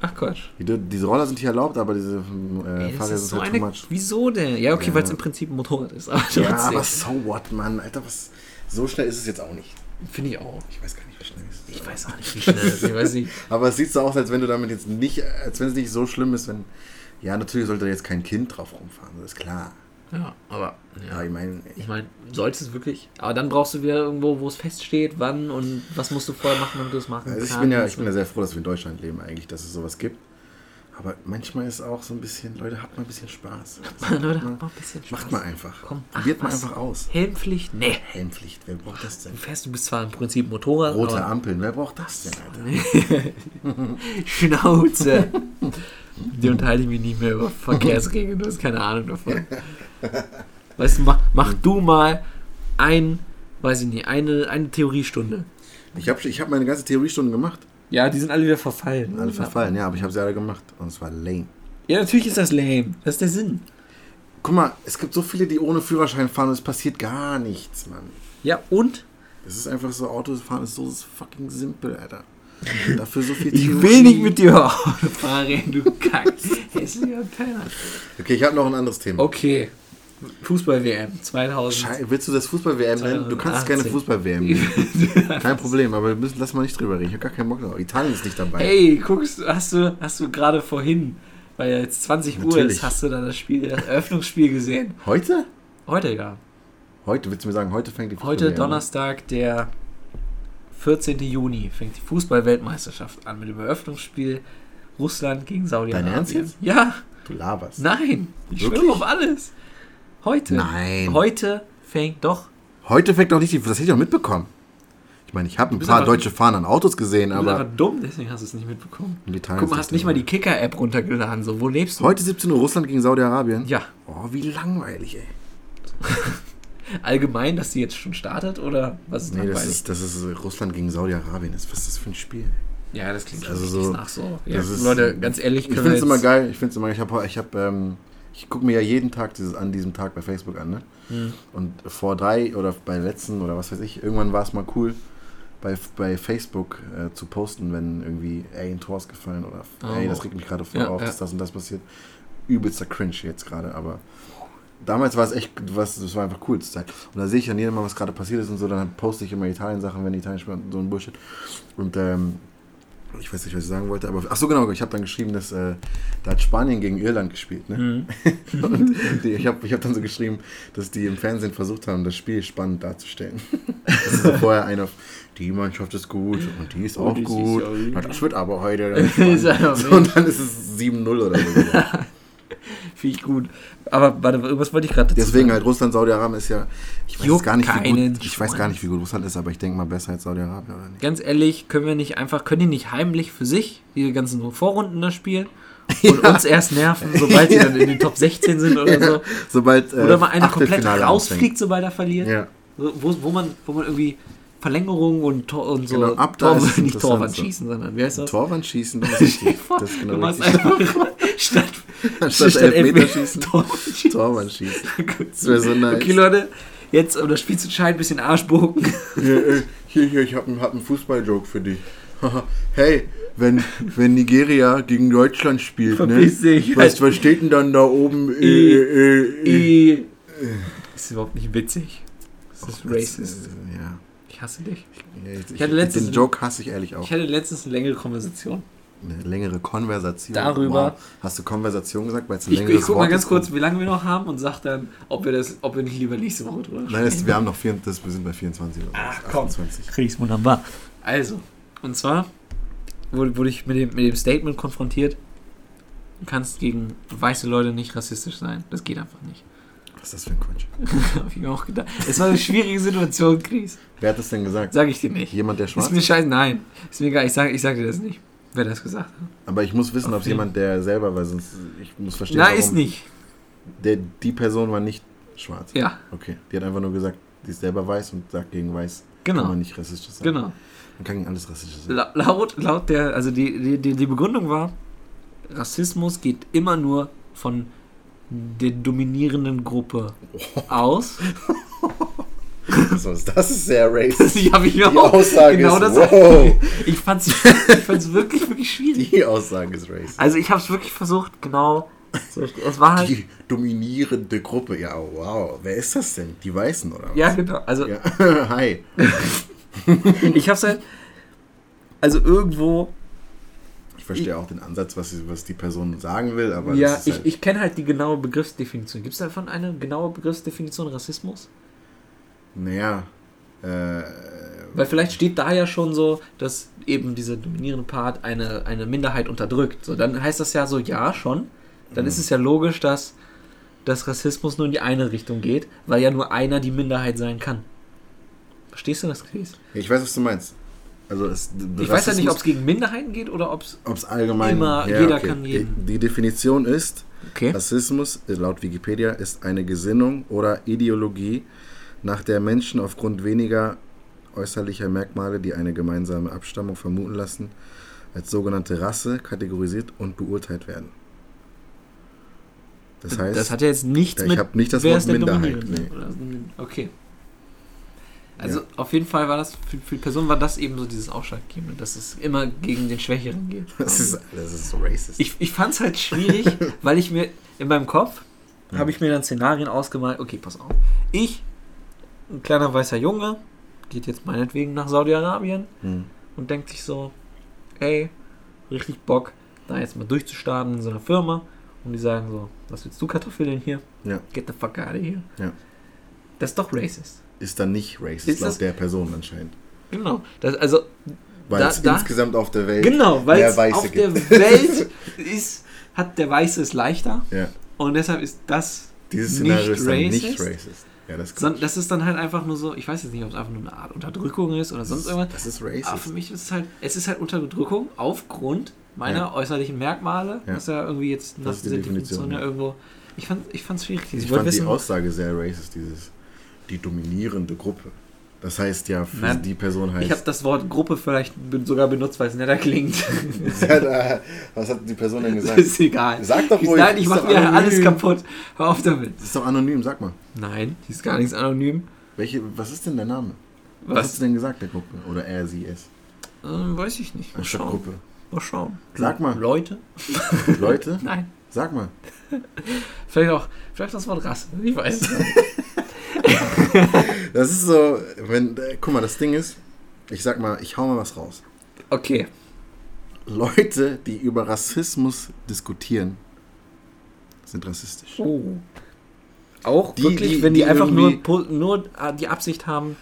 Speaker 2: Ach Quatsch.
Speaker 1: Die, diese Roller sind hier erlaubt, aber diese äh,
Speaker 2: Ey, das
Speaker 1: Fahrräder
Speaker 2: ist
Speaker 1: sind
Speaker 2: so
Speaker 1: halt too
Speaker 2: eine.
Speaker 1: much.
Speaker 2: Wieso denn? Ja, okay,
Speaker 1: Ja.
Speaker 2: weil es im Prinzip ein Motorrad ist. Aber
Speaker 1: Ja,
Speaker 2: trotzdem.
Speaker 1: aber so what, Mann. Alter, was, so schnell ist es jetzt auch nicht.
Speaker 2: Finde ich auch.
Speaker 1: Ich weiß gar nicht, wie schnell es ist.
Speaker 2: Ich weiß auch nicht, wie schnell das ist. Ich weiß nicht.
Speaker 1: Aber es sieht so aus, als wenn du damit jetzt nicht, als wenn es nicht so schlimm ist, wenn. Ja, natürlich sollte da jetzt kein Kind drauf rumfahren, das ist klar.
Speaker 2: Ja, aber. Ja.
Speaker 1: Aber ich meine, ich-
Speaker 2: Ich meine, sollst es wirklich? Aber dann brauchst du wieder irgendwo, wo es feststeht, wann und was musst du vorher machen, damit du es machen
Speaker 1: also
Speaker 2: kannst.
Speaker 1: ich bin ja, ich bin ja sehr froh, dass wir in Deutschland leben eigentlich, dass es sowas gibt. Aber manchmal ist auch so ein bisschen, Leute, habt mal ein bisschen Spaß.
Speaker 2: Leute, macht mal ein bisschen Spaß.
Speaker 1: Macht mal einfach.
Speaker 2: Komm,
Speaker 1: Probiert
Speaker 2: ach,
Speaker 1: mal
Speaker 2: was? Äh.
Speaker 1: einfach aus.
Speaker 2: Helmpflicht? Nee.
Speaker 1: Helmpflicht, wer braucht das
Speaker 2: Du
Speaker 1: denn?
Speaker 2: fährst, du bist zwar im Prinzip Motorrad,
Speaker 1: Rote
Speaker 2: aber
Speaker 1: Ampeln, wer braucht das denn, Alter?
Speaker 2: Schnauze. Die unterhalte ich mich nicht mehr über Verkehrsregeln, du hast keine Ahnung davon. Weißt du, mach, mach du mal ein, weiß ich nicht, eine, eine Theoriestunde.
Speaker 1: Ich habe ich hab meine ganze Theoriestunden gemacht.
Speaker 2: Ja, die sind alle wieder verfallen.
Speaker 1: Alle verfallen, ja, aber ich habe sie alle gemacht. Und es war lame.
Speaker 2: Ja, natürlich ist das lame. Das ist der Sinn.
Speaker 1: Guck mal, es gibt so viele, die ohne Führerschein fahren und es passiert gar nichts, Mann.
Speaker 2: Ja, und
Speaker 1: Es ist einfach so, Autofahren ist so fucking simpel, Alter. Dafür so viel
Speaker 2: Ich will nicht mit dir Auto fahren, du Kacks. Hässlicher Penner.
Speaker 1: Okay, ich habe noch ein anderes Thema.
Speaker 2: Okay. Fußball-WM 2000.
Speaker 1: Schei- Willst du das Fußball-WM nennen? Du kannst keine
Speaker 2: 2018.
Speaker 1: Fußball-WM nennen. Kein Problem, aber wir müssen, lass mal nicht drüber reden. Ich habe gar keinen Bock drauf. Italien ist nicht dabei.
Speaker 2: Ey, guckst, hast du, hast du gerade vorhin, weil ja jetzt 20 Uhr
Speaker 1: Natürlich.
Speaker 2: ist, hast du dann das Spiel, das Eröffnungsspiel gesehen?
Speaker 1: Heute?
Speaker 2: Heute, ja.
Speaker 1: Heute, willst du mir sagen, heute fängt die
Speaker 2: Heute
Speaker 1: Fußball-WM
Speaker 2: Donnerstag, der 14. Juni, fängt die Fußball-Weltmeisterschaft an mit dem Eröffnungsspiel Russland gegen
Speaker 1: Dein Ernst
Speaker 2: Saudi-Arabien.
Speaker 1: jetzt?
Speaker 2: Ja,
Speaker 1: an. Du laberst.
Speaker 2: nein. Ich schwöre
Speaker 1: Wirklich?
Speaker 2: auf alles. Heute.
Speaker 1: Nein.
Speaker 2: Heute fängt doch
Speaker 1: Heute fängt doch nicht die... Das hätte ich auch mitbekommen. Ich meine, ich habe ein
Speaker 2: bist
Speaker 1: paar
Speaker 2: einfach-
Speaker 1: deutsche Fahnen an Autos gesehen,
Speaker 2: Du bist
Speaker 1: aber...
Speaker 2: einfach dumm, deswegen hast du es nicht mitbekommen.
Speaker 1: in Italien
Speaker 2: Guck mal,
Speaker 1: ist
Speaker 2: hast
Speaker 1: das
Speaker 2: nicht mal
Speaker 1: Ding.
Speaker 2: die Kicker-App runtergeladen. So, wo lebst du?
Speaker 1: Heute 17 Uhr Russland gegen Saudi-Arabien?
Speaker 2: Ja,
Speaker 1: Oh, wie langweilig, ey.
Speaker 2: allgemein, dass die jetzt schon startet oder was ist
Speaker 1: Nee, das
Speaker 2: langweilig?
Speaker 1: ist, das ist Russland gegen Saudi-Arabien. ist. Was ist das für ein Spiel?
Speaker 2: ja, das klingt
Speaker 1: also
Speaker 2: also
Speaker 1: so-
Speaker 2: so, nach so. Ja,
Speaker 1: das ist-
Speaker 2: Leute, ganz ehrlich,
Speaker 1: Ich finde es immer geil. Ich finde immer, ich habe, ich habe, ähm, ich gucke mir ja jeden Tag dieses an diesem Tag bei Facebook an, ne?
Speaker 2: Hm.
Speaker 1: Und vor drei oder bei der letzten oder was weiß ich, irgendwann war es mal cool, bei, bei Facebook äh, zu posten, wenn irgendwie ey, ein Tor ist gefallen oder
Speaker 2: Oh.
Speaker 1: ey, das regt mich gerade voll
Speaker 2: Ja,
Speaker 1: auf,
Speaker 2: ja.
Speaker 1: dass das und das passiert. Übelster Cringe jetzt gerade, aber damals war es echt, was, das war einfach cool zu sein. Und da sehe ich dann jedes Mal, was gerade passiert ist und so, dann poste ich immer Italien-Sachen, wenn Italien spielt und so ein Bullshit. Und ähm, ich weiß nicht, was ich sagen wollte, aber ach so genau, ich habe dann geschrieben, dass äh, da hat Spanien gegen Irland gespielt, ne?
Speaker 2: Mhm.
Speaker 1: Und die, ich habe ich hab dann so geschrieben, dass die im Fernsehen versucht haben, das Spiel spannend darzustellen. Das ist so vorher einer, auf, die Mannschaft ist gut und die ist auch
Speaker 2: Oh, die ist
Speaker 1: gut.
Speaker 2: ja
Speaker 1: Na,
Speaker 2: irgendwie-
Speaker 1: das wird aber heute. dann
Speaker 2: Ist ja
Speaker 1: spannend.
Speaker 2: auch
Speaker 1: so, und dann ist es 7-0 oder so.
Speaker 2: Finde ich gut. Aber warte, irgendwas wollte ich gerade dazu
Speaker 1: Deswegen
Speaker 2: sagen.
Speaker 1: halt Russland, Saudi-Arabien ist ja. Ich weiß,
Speaker 2: Juckt
Speaker 1: gar nicht, wie
Speaker 2: keinen
Speaker 1: gut, ich weiß
Speaker 2: Schwanz.
Speaker 1: gar nicht, wie gut Russland ist, aber ich denke mal besser als Saudi-Arabien, oder nicht?
Speaker 2: Ganz ehrlich, können wir nicht einfach, können die nicht heimlich für sich diese ganzen Vorrunden da spielen und uns erst nerven, sobald sie dann in den Top 16 sind oder so?
Speaker 1: Sobald. äh,
Speaker 2: Oder mal einer komplett
Speaker 1: Achtelfinale
Speaker 2: rausfliegt, sobald er verliert?
Speaker 1: anfängt. Ja.
Speaker 2: So, wo, wo, man, wo man irgendwie Verlängerung und, Tor, und so
Speaker 1: Genau, ab da ist es
Speaker 2: nicht
Speaker 1: interessant,
Speaker 2: Torwand
Speaker 1: so.
Speaker 2: schießen, sondern wie heißt das?
Speaker 1: Torwand schießen, das ist richtig. Das ist
Speaker 2: du
Speaker 1: genau
Speaker 2: machst
Speaker 1: richtig.
Speaker 2: einfach statt,
Speaker 1: Statt Elfmeter schießen.
Speaker 2: Torwand schießen.
Speaker 1: Torwand schießen.
Speaker 2: Gut.
Speaker 1: Das wäre so nice.
Speaker 2: Okay, Leute, jetzt um das Spiel zu entscheiden, ein bisschen Arschbogen.
Speaker 1: Hier, äh, hier, hier, ich habe einen, hab einen Fußball-Joke für dich. hey, wenn, wenn Nigeria gegen Deutschland spielt, ne?
Speaker 2: Verpiss dich.
Speaker 1: Was, was steht denn dann da oben? Äh,
Speaker 2: I-
Speaker 1: äh, äh,
Speaker 2: I- ist überhaupt nicht witzig. Das ist
Speaker 1: Das
Speaker 2: racist.
Speaker 1: ist, äh, Ja.
Speaker 2: Ich hasse dich.
Speaker 1: Ja, Ich,
Speaker 2: Ich hatte letztens-
Speaker 1: den Joke hasse ich ehrlich auch.
Speaker 2: Ich hatte letztens eine längere Konversation.
Speaker 1: Eine längere Konversation.
Speaker 2: Darüber-
Speaker 1: Wow. Hast du Konversation gesagt, weil es ein
Speaker 2: Ich,
Speaker 1: längeres
Speaker 2: ich guck mal
Speaker 1: Wort
Speaker 2: ganz
Speaker 1: ist?
Speaker 2: kurz, wie lange wir noch haben und sag dann, ob wir, das, ob wir nicht lieber nächste Woche drüber
Speaker 1: Nein, es, wir haben noch vier, das, wir sind bei 24 oder so.
Speaker 2: Ach, komm.
Speaker 1: 28.
Speaker 2: Krieg's wunderbar. Also, und zwar wurde, wurde ich mit dem, mit dem Statement konfrontiert, du kannst gegen weiße Leute nicht rassistisch sein. Das geht einfach nicht.
Speaker 1: Was ist das für ein Quatsch?
Speaker 2: Hab ich mir auch gedacht. Es war eine schwierige Situation, Chris.
Speaker 1: Wer hat das denn gesagt?
Speaker 2: Sag ich dir nicht.
Speaker 1: Jemand, der
Speaker 2: Ist
Speaker 1: schwarz
Speaker 2: mir
Speaker 1: ist?
Speaker 2: scheiße, nein. Ist mir egal, ich sag, ich sag dir das nicht, wer das gesagt hat.
Speaker 1: Aber ich muss wissen, ob es
Speaker 2: Okay.
Speaker 1: jemand, der selber, weil sonst, ich muss verstehen,
Speaker 2: Na,
Speaker 1: warum
Speaker 2: ist nicht.
Speaker 1: Der, die Person war nicht schwarz.
Speaker 2: Ja,
Speaker 1: Okay. Die hat einfach nur gesagt, die ist selber weiß und sagt gegen weiß, kann
Speaker 2: genau.
Speaker 1: man nicht rassistisch sein.
Speaker 2: Genau.
Speaker 1: Man kann gegen alles rassistisch sein.
Speaker 2: La laut, laut der, also die, die- die, die Begründung war, Rassismus geht immer nur von der dominierenden Gruppe aus.
Speaker 1: So, das ist sehr racist.
Speaker 2: Die habe ich mir
Speaker 1: Die
Speaker 2: auch.
Speaker 1: Aussage
Speaker 2: genau
Speaker 1: ist,
Speaker 2: das.
Speaker 1: wow.
Speaker 2: Ich fand es wirklich, wirklich schwierig.
Speaker 1: Die Aussage ist racist.
Speaker 2: Also ich habe es wirklich versucht, genau. zu verstehen. Es war halt.
Speaker 1: Die dominierende Gruppe. Ja, wow. Wer ist das denn? Die Weißen, oder was?
Speaker 2: Ja, genau. Also
Speaker 1: Ja. Hi.
Speaker 2: ich hab's halt. Also irgendwo.
Speaker 1: Ich verstehe auch den Ansatz, was, sie- was die Person sagen will, aber
Speaker 2: ja,
Speaker 1: das ist
Speaker 2: ich,
Speaker 1: halt,
Speaker 2: ich kenne halt die genaue Begriffsdefinition. Gibt es davon eine genaue Begriffsdefinition Rassismus?
Speaker 1: naja, äh,
Speaker 2: Weil vielleicht steht da ja schon so, dass eben dieser dominierende Part eine, eine Minderheit unterdrückt. So, dann heißt das ja so, ja, schon. Dann
Speaker 1: Mhm.
Speaker 2: ist es ja logisch, dass, dass Rassismus nur in die eine Richtung geht, weil ja nur einer die Minderheit sein kann. Verstehst du das, Chris?
Speaker 1: ich weiß, was du meinst. Also es,
Speaker 2: Ich weiß ja nicht, ob es gegen Minderheiten geht oder ob es.
Speaker 1: ob's allgemein...
Speaker 2: immer-
Speaker 1: ja,
Speaker 2: jeder
Speaker 1: okay.
Speaker 2: kann jeden.
Speaker 1: Die, die Definition ist,
Speaker 2: Okay.
Speaker 1: Rassismus, äh, laut Wikipedia, ist eine Gesinnung oder Ideologie, nach der Menschen aufgrund weniger äußerlicher Merkmale, die eine gemeinsame Abstammung vermuten lassen, als sogenannte Rasse kategorisiert und beurteilt werden. Das heißt,
Speaker 2: das hat ja jetzt nichts
Speaker 1: ja, ich
Speaker 2: mit.
Speaker 1: hab nicht das
Speaker 2: wer
Speaker 1: Wort
Speaker 2: ist der
Speaker 1: Minderheit,
Speaker 2: Dominierende?
Speaker 1: nee.
Speaker 2: Oder, okay. Also auf jeden Fall war das, für, für die Person war das eben so dieses Ausschlaggebende, dass es immer gegen den Schwächeren geht.
Speaker 1: das ist, das ist so racist.
Speaker 2: Ich, ich fand es halt schwierig, weil ich mir in meinem Kopf habe ich mir dann Szenarien ausgemalt. Okay, pass auf. Ich, ein kleiner weißer Junge, geht jetzt meinetwegen nach Saudi-Arabien
Speaker 1: Hm.
Speaker 2: und denkt sich so, ey, richtig Bock, da jetzt mal durchzustarten in so einer Firma. Und die sagen so, was willst du Kartoffeln hier?
Speaker 1: Ja.
Speaker 2: Get the fuck out of here.
Speaker 1: Ja.
Speaker 2: Das ist doch racist.
Speaker 1: Ist dann nicht racist,
Speaker 2: Ist
Speaker 1: laut
Speaker 2: das-
Speaker 1: der Person anscheinend.
Speaker 2: Genau. Das, also,
Speaker 1: Weil
Speaker 2: Da-
Speaker 1: es
Speaker 2: da-
Speaker 1: insgesamt auf der Welt
Speaker 2: genau, weil
Speaker 1: mehr
Speaker 2: es
Speaker 1: Weiße
Speaker 2: auf der
Speaker 1: gibt.
Speaker 2: Welt ist, hat der Weiße es leichter.
Speaker 1: ja.
Speaker 2: Und deshalb ist das
Speaker 1: Dieses
Speaker 2: nicht
Speaker 1: Szenario ist dann nicht
Speaker 2: racist.
Speaker 1: racist. Ja, das, ist
Speaker 2: Sondern das ist dann halt einfach nur so, ich weiß jetzt nicht, ob es einfach nur eine Art Unterdrückung ist oder sonst irgendwas.
Speaker 1: das ist
Speaker 2: Aber für
Speaker 1: racist.
Speaker 2: mich ist es halt, es ist halt Unterdrückung aufgrund meiner
Speaker 1: Ja.
Speaker 2: äußerlichen Merkmale,
Speaker 1: Ja.
Speaker 2: was ja irgendwie jetzt nach
Speaker 1: Das ist die
Speaker 2: dieser Definition
Speaker 1: Definition,
Speaker 2: ja
Speaker 1: ja.
Speaker 2: ne, irgendwo. Ich fand es ich fand's schwierig.
Speaker 1: Ich
Speaker 2: Ich, wollte
Speaker 1: fand die
Speaker 2: wissen,
Speaker 1: Aussage sehr racist, dieses die dominierende Gruppe. Das heißt ja, für
Speaker 2: Nein.
Speaker 1: die Person
Speaker 2: ich habe
Speaker 1: heißt.
Speaker 2: das Wort Gruppe vielleicht be- sogar benutzt, weil es netter klingt.
Speaker 1: Ja, da- Was hat die Person denn gesagt?
Speaker 2: ist egal.
Speaker 1: Sag doch
Speaker 2: Ich,
Speaker 1: ruhig.
Speaker 2: nein, ich
Speaker 1: ist
Speaker 2: mach
Speaker 1: doch
Speaker 2: mir alles
Speaker 1: anonym.
Speaker 2: kaputt. Hör auf damit.
Speaker 1: Das ist doch anonym, sag mal.
Speaker 2: Nein, die ist gar nichts anonym.
Speaker 1: Welche, was ist denn der Name? Was, hast
Speaker 2: Was?
Speaker 1: du denn gesagt, der Gruppe? Oder er, sie, es.
Speaker 2: Ähm, weiß ich nicht. Mal
Speaker 1: Anstatt
Speaker 2: schauen.
Speaker 1: Gruppe.
Speaker 2: Mal schauen.
Speaker 1: Sag mal.
Speaker 2: Leute?
Speaker 1: Leute,
Speaker 2: Nein.
Speaker 1: sag mal.
Speaker 2: Vielleicht auch, vielleicht das Wort Rasse. Ich weiß es nicht.
Speaker 1: Das ist so, wenn, äh, guck mal, das Ding ist, ich sag mal, ich hau mal was raus.
Speaker 2: Okay.
Speaker 1: Leute, die über Rassismus diskutieren, sind rassistisch.
Speaker 2: Oh. Auch
Speaker 1: Die-
Speaker 2: wirklich,
Speaker 1: die-
Speaker 2: wenn die,
Speaker 1: die
Speaker 2: einfach nur,
Speaker 1: irgendwie-
Speaker 2: po- nur äh, die Absicht haben,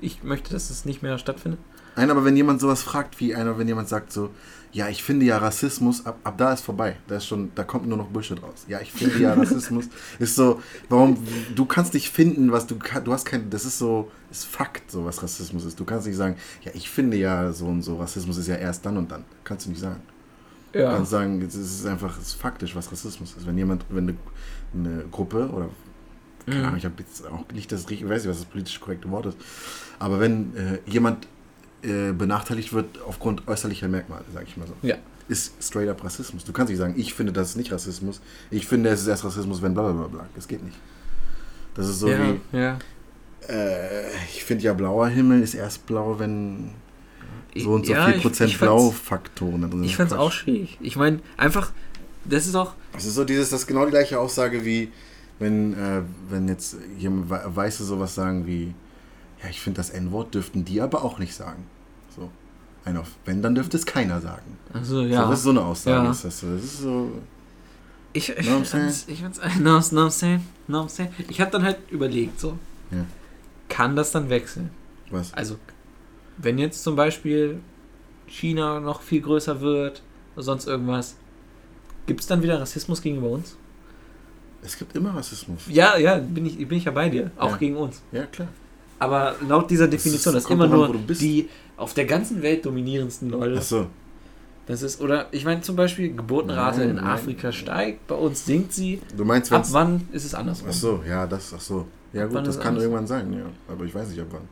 Speaker 2: ich möchte, dass es nicht mehr stattfindet.
Speaker 1: Nein, aber wenn jemand sowas fragt, wie einer, wenn jemand sagt so, ja, ich finde ja Rassismus, ab, ab da ist vorbei. Da ist schon, da kommt nur noch Bullshit raus. Ja, ich finde ja Rassismus ist so, warum, du kannst nicht finden, was du, kann- du hast kein, das ist so, ist Fakt, so was Rassismus ist. Du kannst nicht sagen, ja, ich finde ja so und so, Rassismus ist ja erst dann und dann. Kannst du nicht sagen. Du
Speaker 2: Ja.
Speaker 1: kannst sagen, es ist einfach, es ist faktisch, was Rassismus ist. Wenn jemand, wenn eine, eine Gruppe oder keine
Speaker 2: Mhm.
Speaker 1: Ahnung, ich habe jetzt auch nicht das richtige, ich weiß nicht, was das politisch korrekte Wort ist. Aber wenn äh, jemand äh, benachteiligt wird aufgrund äußerlicher Merkmale, sage ich mal so,
Speaker 2: Ja.
Speaker 1: ist straight up Rassismus. Du kannst nicht sagen, ich finde, das ist nicht Rassismus. Ich finde, es ist erst Rassismus, wenn bla bla bla bla. Das geht nicht. Das ist so
Speaker 2: ja,
Speaker 1: wie,
Speaker 2: ja.
Speaker 1: äh, ich finde ja, blauer Himmel ist erst blau, wenn so und so
Speaker 2: Ja,
Speaker 1: viel
Speaker 2: ich-
Speaker 1: Prozent
Speaker 2: ich fand's-
Speaker 1: Blaufaktoren da drin sind.
Speaker 2: Ich fand's
Speaker 1: Quatsch.
Speaker 2: auch schwierig. Ich meine, einfach, das ist auch.
Speaker 1: Es ist so dieses, das ist genau die gleiche Aussage wie, wenn, äh, wenn jetzt jemand We- Weiße sowas sagen wie, ja, ich finde das N-Wort dürften die aber auch nicht sagen. So. Ein auf wenn, dann dürfte es keiner sagen.
Speaker 2: Also,
Speaker 1: So,
Speaker 2: ja.
Speaker 1: das ist so eine Aussage.
Speaker 2: Ja.
Speaker 1: Ist das, so, das ist so.
Speaker 2: Ich, ich,
Speaker 1: Know what I'm
Speaker 2: fand's- ich fand's, no, no, I'm saying, no, I'm saying. Ich habe dann halt überlegt, so.
Speaker 1: Ja.
Speaker 2: Kann das dann wechseln?
Speaker 1: Was?
Speaker 2: Also, wenn jetzt zum Beispiel China noch viel größer wird oder sonst irgendwas, gibt es dann wieder Rassismus gegenüber uns?
Speaker 1: Es gibt immer Rassismus.
Speaker 2: Ja, ja, bin ich, bin ich ja bei dir. Auch
Speaker 1: Ja.
Speaker 2: gegen uns.
Speaker 1: Ja, klar.
Speaker 2: Aber laut dieser
Speaker 1: Das
Speaker 2: Definition,
Speaker 1: ist-
Speaker 2: dass
Speaker 1: kommt
Speaker 2: immer
Speaker 1: drauf an,
Speaker 2: nur
Speaker 1: wo du bist.
Speaker 2: die auf der ganzen Welt dominierendsten Leute.
Speaker 1: Achso.
Speaker 2: Das ist, oder ich meine zum Beispiel, Geburtenrate
Speaker 1: Nein,
Speaker 2: in
Speaker 1: nein.
Speaker 2: Afrika steigt, bei uns sinkt sie.
Speaker 1: Du meinst,
Speaker 2: Ab
Speaker 1: wenn's.
Speaker 2: wann ist es andersrum?
Speaker 1: Achso, ja, das, achso. Ja,
Speaker 2: Ab wann
Speaker 1: gut, das
Speaker 2: ist
Speaker 1: kann
Speaker 2: alles?
Speaker 1: irgendwann sein, ja. Aber ich weiß nicht, ab wann.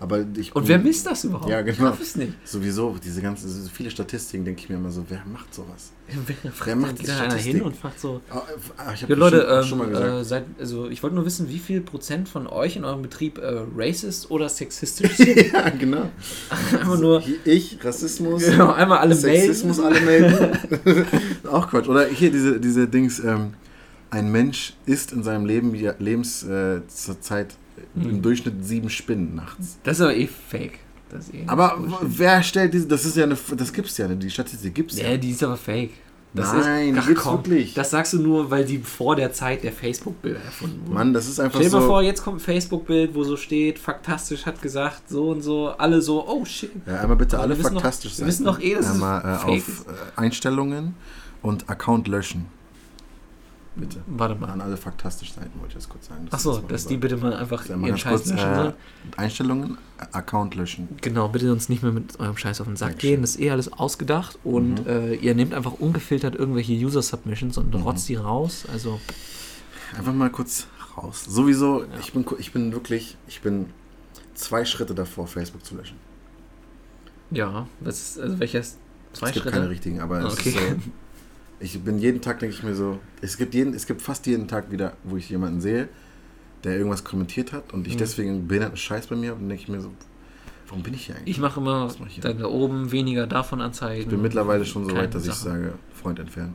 Speaker 1: Aber ich.
Speaker 2: Und wer misst das überhaupt?
Speaker 1: Ja,
Speaker 2: Ich
Speaker 1: genau.
Speaker 2: raff es nicht.
Speaker 1: Sowieso, diese ganzen, so viele Statistiken denke ich mir immer so, wer macht sowas?
Speaker 2: Wer
Speaker 1: Wer
Speaker 2: fragt
Speaker 1: macht die
Speaker 2: denn da einer hin
Speaker 1: Statistik?
Speaker 2: und fragt so,
Speaker 1: Ah, ah, ich hab
Speaker 2: Ja, Leute,
Speaker 1: schon,
Speaker 2: ähm,
Speaker 1: schon mal gesagt.
Speaker 2: Äh, seid, also ich wollte nur wissen, wie viel Prozent von euch in eurem Betrieb äh, racist oder sexistisch sind.
Speaker 1: ja, genau.
Speaker 2: Einfach nur
Speaker 1: Ich, Rassismus,
Speaker 2: genau, einmal alle
Speaker 1: Sexismus,
Speaker 2: melden.
Speaker 1: alle melden. auch Quatsch. Oder hier diese, diese Dings, ähm, ein Mensch isst in seinem Leben ja, Lebenszeit äh, zur Zeit im
Speaker 2: Hm.
Speaker 1: Durchschnitt sieben Spinnen nachts.
Speaker 2: Das ist aber eh fake. Das ist eh
Speaker 1: Aber w-
Speaker 2: Bullshit.
Speaker 1: wer stellt diese. Das ist ja eine. Das gibt's ja, nicht. die Statistik gibt's ja.
Speaker 2: Nee, die ist aber fake.
Speaker 1: Nein, die gibt's wirklich.
Speaker 2: Das sagst du nur, weil die vor der Zeit der Facebook-Bilder erfunden wurden.
Speaker 1: Mann, das ist einfach
Speaker 2: Stell dir
Speaker 1: so.
Speaker 2: mal vor, jetzt kommt ein Facebook-Bild, wo so steht, faktastisch hat gesagt, so und so, alle so, oh shit.
Speaker 1: ja, einmal bitte
Speaker 2: Aber
Speaker 1: alle
Speaker 2: wir wissen noch-
Speaker 1: faktastisch
Speaker 2: wir
Speaker 1: sein.
Speaker 2: wissen doch eh, dass es
Speaker 1: einmal, äh,
Speaker 2: fake
Speaker 1: auf äh, Einstellungen und Account löschen. Bitte.
Speaker 2: Warte mal.
Speaker 1: An alle faktastisch sein, wollte ich das kurz sagen.
Speaker 2: Achso,
Speaker 1: ist
Speaker 2: dass
Speaker 1: mal gesagt.
Speaker 2: die bitte mal einfach
Speaker 1: Sag mal
Speaker 2: ihren
Speaker 1: ganz
Speaker 2: Scheiß
Speaker 1: kurz,
Speaker 2: löschen
Speaker 1: äh,
Speaker 2: sollen.
Speaker 1: Einstellungen, äh, Account löschen.
Speaker 2: Genau, bitte uns nicht mehr mit eurem Scheiß auf den Sack
Speaker 1: Dankeschön.
Speaker 2: gehen. Das ist eh alles ausgedacht und äh, ihr nehmt einfach ungefiltert irgendwelche User-Submissions und rotzt die raus. Also,
Speaker 1: Einfach mal kurz raus. Sowieso, ich, bin, ku- ich bin wirklich, ich bin zwei Schritte davor, Facebook zu löschen.
Speaker 2: ja, was ist, also welcher ist zwei
Speaker 1: es gibt
Speaker 2: Schritte?
Speaker 1: keine richtigen, aber es
Speaker 2: Okay.
Speaker 1: ist so. Ich bin jeden Tag, denke ich mir so, es gibt, jeden, es gibt fast jeden Tag wieder, wo ich jemanden sehe, der irgendwas kommentiert hat und ich
Speaker 2: Mhm.
Speaker 1: deswegen behinderten Scheiß bei mir habe und denke ich mir so, warum bin ich hier eigentlich?
Speaker 2: ich mache immer
Speaker 1: Was mach ich hier?
Speaker 2: dann da oben weniger davon anzeigen.
Speaker 1: Ich bin mittlerweile schon so
Speaker 2: Keine
Speaker 1: weit, dass ich
Speaker 2: Sache.
Speaker 1: sage, Freund entfernen.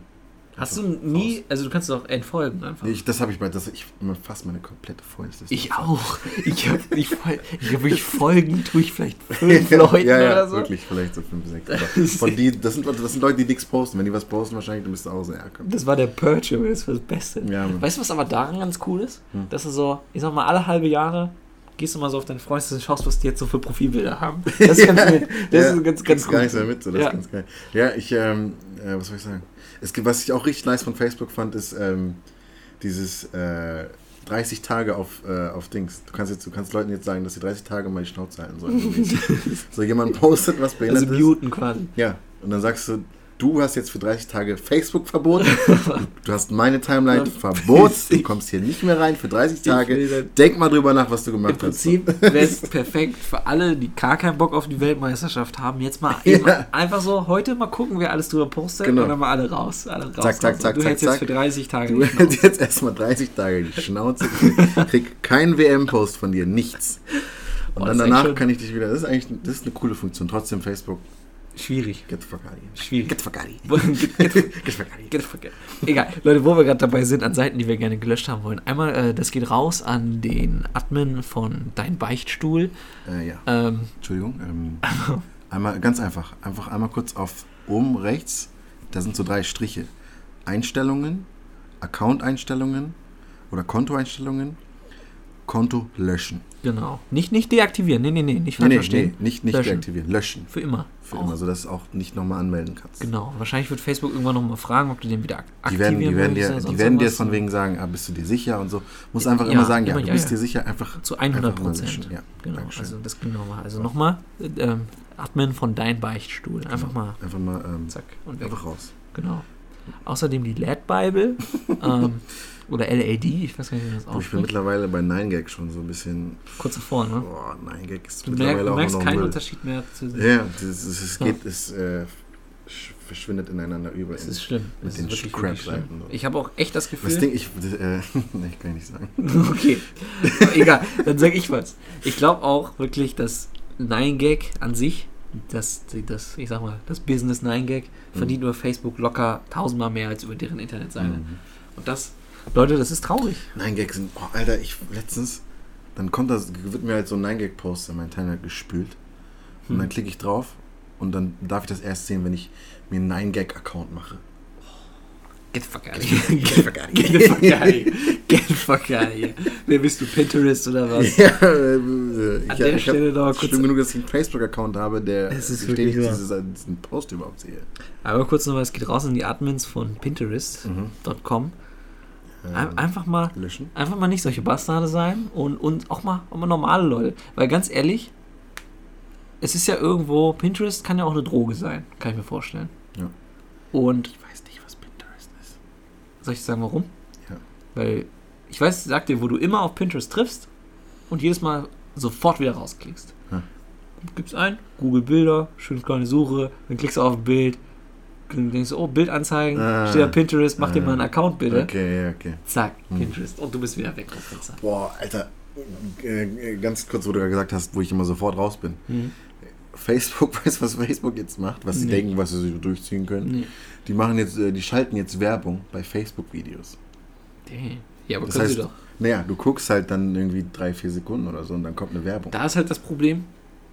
Speaker 2: Hast du
Speaker 1: Einfach
Speaker 2: nie,
Speaker 1: raus.
Speaker 2: also du kannst doch entfolgen einfach.
Speaker 1: Nee, ich, das habe ich bei, das, ich fast meine komplette Freundesliste.
Speaker 2: Ich auch. Ich habe ich, voll- ich hab wirklich Folgen tue ich vielleicht fünf Leuten
Speaker 1: ja, ja,
Speaker 2: oder so.
Speaker 1: wirklich, vielleicht so fünf, sechs.
Speaker 2: Das
Speaker 1: Aber
Speaker 2: ist-
Speaker 1: Von die, das, sind, Leute- das sind Leute, die nichts posten. Wenn die was posten, wahrscheinlich, dann bist du auch so, ja, komm.
Speaker 2: Das war der Purge, Junge, das war das Beste.
Speaker 1: Ja, Mann.
Speaker 2: weißt du, was aber daran ganz cool ist?
Speaker 1: Hm.
Speaker 2: Dass du so, ich sag mal, alle halbe Jahre gehst du mal so auf deine Freunde und schaust, was die jetzt so für Profilbilder haben. Das ist ganz wild. Das
Speaker 1: Ja,
Speaker 2: ist ganz,
Speaker 1: kriegst
Speaker 2: ganz
Speaker 1: gar
Speaker 2: cool.
Speaker 1: nichts mehr mit, so, das
Speaker 2: Ja.
Speaker 1: ist ganz geil. Ja, ich, ähm, äh, was soll ich sagen? Es gibt, was ich auch richtig nice von Facebook fand, ist ähm, dieses äh, 30 Tage auf, äh, auf Dings. Du kannst, jetzt, du kannst Leuten jetzt sagen, dass sie 30 Tage mal die Schnauze halten sollen. so jemand postet, was behindert
Speaker 2: Also
Speaker 1: ist.
Speaker 2: muten quasi.
Speaker 1: Ja, und dann sagst du, du hast jetzt für 30 Tage Facebook verboten, du hast meine Timeline
Speaker 2: Ja.
Speaker 1: verboten, du kommst hier nicht mehr rein für 30
Speaker 2: will
Speaker 1: Tage.
Speaker 2: das-
Speaker 1: Denk mal drüber nach, was du
Speaker 2: Im
Speaker 1: gemacht hast.
Speaker 2: Prinzip wäre es perfekt für alle, die gar keinen Bock auf die Weltmeisterschaft haben. Jetzt mal eben
Speaker 1: Ja.
Speaker 2: einfach so, heute mal gucken, wer alles drüber postet
Speaker 1: Genau.
Speaker 2: und dann mal alle raus. Alle raus
Speaker 1: Zack, zack,
Speaker 2: Und
Speaker 1: zack,
Speaker 2: du
Speaker 1: zack,
Speaker 2: hältst jetzt
Speaker 1: zack.
Speaker 2: für 30 Tage.
Speaker 1: Du
Speaker 2: die Schnauze.
Speaker 1: hältst jetzt erstmal 30 Tage die Schnauze, krieg- krieg keinen WM-Post von dir, nichts. Und dann
Speaker 2: Boah, das ist echt
Speaker 1: danach
Speaker 2: schon-
Speaker 1: kann ich dich wieder. Das ist eigentlich das ist eine coole Funktion. Trotzdem Facebook,
Speaker 2: Schwierig.
Speaker 1: get the fuck out of here.
Speaker 2: Schwierig.
Speaker 1: Get the fuck out of here.
Speaker 2: Get- get-
Speaker 1: Get the fuck out of here.
Speaker 2: Get the fuck out. Genau, Egal, Leute, wo wir gerade dabei sind, an Seiten, die wir gerne gelöscht haben wollen. Einmal, äh, das geht raus an den Admin von Dein Beichtstuhl.
Speaker 1: Äh, ja,
Speaker 2: Ähm,
Speaker 1: Entschuldigung. Ähm,
Speaker 2: Also.
Speaker 1: einmal ganz einfach. Einfach einmal kurz auf oben rechts. Da sind so drei Striche. Einstellungen, Account-Einstellungen oder Kontoeinstellungen. Konto löschen.
Speaker 2: genau. Nicht, nicht deaktivieren, nee, nee, nee, nicht
Speaker 1: Nee,
Speaker 2: falsch
Speaker 1: nee, nee,
Speaker 2: verstehen.
Speaker 1: nicht, nicht
Speaker 2: Löschen.
Speaker 1: deaktivieren. Löschen.
Speaker 2: Für immer.
Speaker 1: Für
Speaker 2: Auch.
Speaker 1: immer, sodass du auch nicht nochmal anmelden kannst.
Speaker 2: Genau, wahrscheinlich wird Facebook irgendwann nochmal fragen, ob du den wieder ak-
Speaker 1: Die werden,
Speaker 2: aktivieren
Speaker 1: die werden,
Speaker 2: willst
Speaker 1: dir,
Speaker 2: oder
Speaker 1: die
Speaker 2: sonst
Speaker 1: werden dir
Speaker 2: irgendwas.
Speaker 1: von wegen sagen, ah, bist du dir sicher und so. Muss einfach
Speaker 2: Ja,
Speaker 1: immer sagen, ja,
Speaker 2: immer,
Speaker 1: du
Speaker 2: ja,
Speaker 1: bist
Speaker 2: ja.
Speaker 1: dir sicher, einfach
Speaker 2: Zu 100
Speaker 1: einfach mal löschen,
Speaker 2: Prozent.
Speaker 1: ja.
Speaker 2: Genau,
Speaker 1: Dankeschön.
Speaker 2: also das ging nochmal. Also nochmal, äh, ähm, Admin von Dein Beichtstuhl. Einfach mal,
Speaker 1: einfach mal ähm,
Speaker 2: zack, und weg.
Speaker 1: Genau. einfach raus.
Speaker 2: Genau. Außerdem die LED Bible ähm, oder LAD, ich weiß gar nicht, wie man das
Speaker 1: ich bin
Speaker 2: ausspricht.
Speaker 1: mittlerweile bei 9gag schon so ein bisschen.
Speaker 2: Kurz davor, ne?
Speaker 1: Boah, 9gag ist
Speaker 2: Du merkst,
Speaker 1: mittlerweile
Speaker 2: du merkst
Speaker 1: auch
Speaker 2: keinen
Speaker 1: nur noch
Speaker 2: Unterschied mehr zu
Speaker 1: ein Ja, das, ist- es ist-
Speaker 2: Ja.
Speaker 1: geht, es äh, sch- verschwindet ineinander über.
Speaker 2: Es ist schlimm.
Speaker 1: Mit
Speaker 2: es
Speaker 1: den
Speaker 2: ist wirklich,
Speaker 1: Crap
Speaker 2: wirklich schlimm.
Speaker 1: Seiten, so.
Speaker 2: Ich habe auch echt das Gefühl.
Speaker 1: das Ding, ich, äh, nee, kann ich nicht sagen.
Speaker 2: okay. Egal, dann sage ich was. Ich glaube auch wirklich, dass 9gag an sich, das, das, ich sag mal, das Business 9gag verdient über Facebook locker tausendmal mehr als über deren Internetseite. Und das, Leute, das ist traurig.
Speaker 1: Mhm. Nein, Gags sind. Oh, Alter, ich letztens, dann kommt das, wird mir halt so ein Nein-Gag-Post in meinen Timer gespült.
Speaker 2: Hm.
Speaker 1: Und dann klicke ich drauf und dann darf ich das erst sehen, wenn ich mir einen Nein-Gag-Account mache.
Speaker 2: Get the fuck out of here. Get the fuck out of here. Get the fuck out of here. Get the fuck out of here. Wer bist du, Pinterest oder was?
Speaker 1: Ja, äh, ich,
Speaker 2: An der
Speaker 1: ich hab-
Speaker 2: Stelle noch mal
Speaker 1: es ist
Speaker 2: kurz-
Speaker 1: schlimm genug, dass ich einen Facebook-Account habe, der
Speaker 2: Es ist
Speaker 1: ich
Speaker 2: wirklich
Speaker 1: ständig
Speaker 2: wahr.
Speaker 1: diese- diesen Post überhaupt sehe.
Speaker 2: Aber kurz nochmal, es geht raus in die Admins von Pinterest.com.
Speaker 1: Mhm. Ähm.
Speaker 2: Ein- Einfach mal
Speaker 1: Löschen.
Speaker 2: Einfach mal nicht solche Bastarde sein und, und auch, mal, auch mal normale Leute. Weil ganz ehrlich, es ist ja irgendwo, Pinterest kann ja auch eine Droge sein, kann ich mir vorstellen.
Speaker 1: Ja.
Speaker 2: Und
Speaker 1: Ich weiß nicht, was Pinterest ist.
Speaker 2: soll ich sagen, warum?
Speaker 1: Ja.
Speaker 2: Weil ich weiß, sag dir, wo du immer auf Pinterest triffst und jedes Mal sofort wieder rausklickst.
Speaker 1: Ja.
Speaker 2: Gibst ein, Google Bilder, schön kleine Suche, dann klickst du auf ein Bild, dann denkst du, oh, Bild anzeigen,
Speaker 1: Ah.
Speaker 2: steht da Pinterest, mach dir
Speaker 1: Ah.
Speaker 2: mal einen Account bitte.
Speaker 1: Okay, ja, okay.
Speaker 2: Zack,
Speaker 1: Hm.
Speaker 2: Pinterest. Und du bist wieder weg auf Fenster.
Speaker 1: Boah, Alter, äh, äh, ganz kurz, wo du gerade gesagt hast, wo ich immer sofort raus bin.
Speaker 2: Mhm.
Speaker 1: Facebook weiß, was Facebook jetzt macht, was sie
Speaker 2: Nee.
Speaker 1: denken, was sie so durchziehen können.
Speaker 2: Nee.
Speaker 1: Die machen jetzt, äh, die schalten jetzt Werbung bei Facebook-Videos.
Speaker 2: Dang. Ja, aber
Speaker 1: Das
Speaker 2: können
Speaker 1: heißt-
Speaker 2: sie doch.
Speaker 1: Naja, du guckst halt dann irgendwie drei, vier Sekunden oder so und dann kommt eine Werbung.
Speaker 2: Da ist halt das Problem,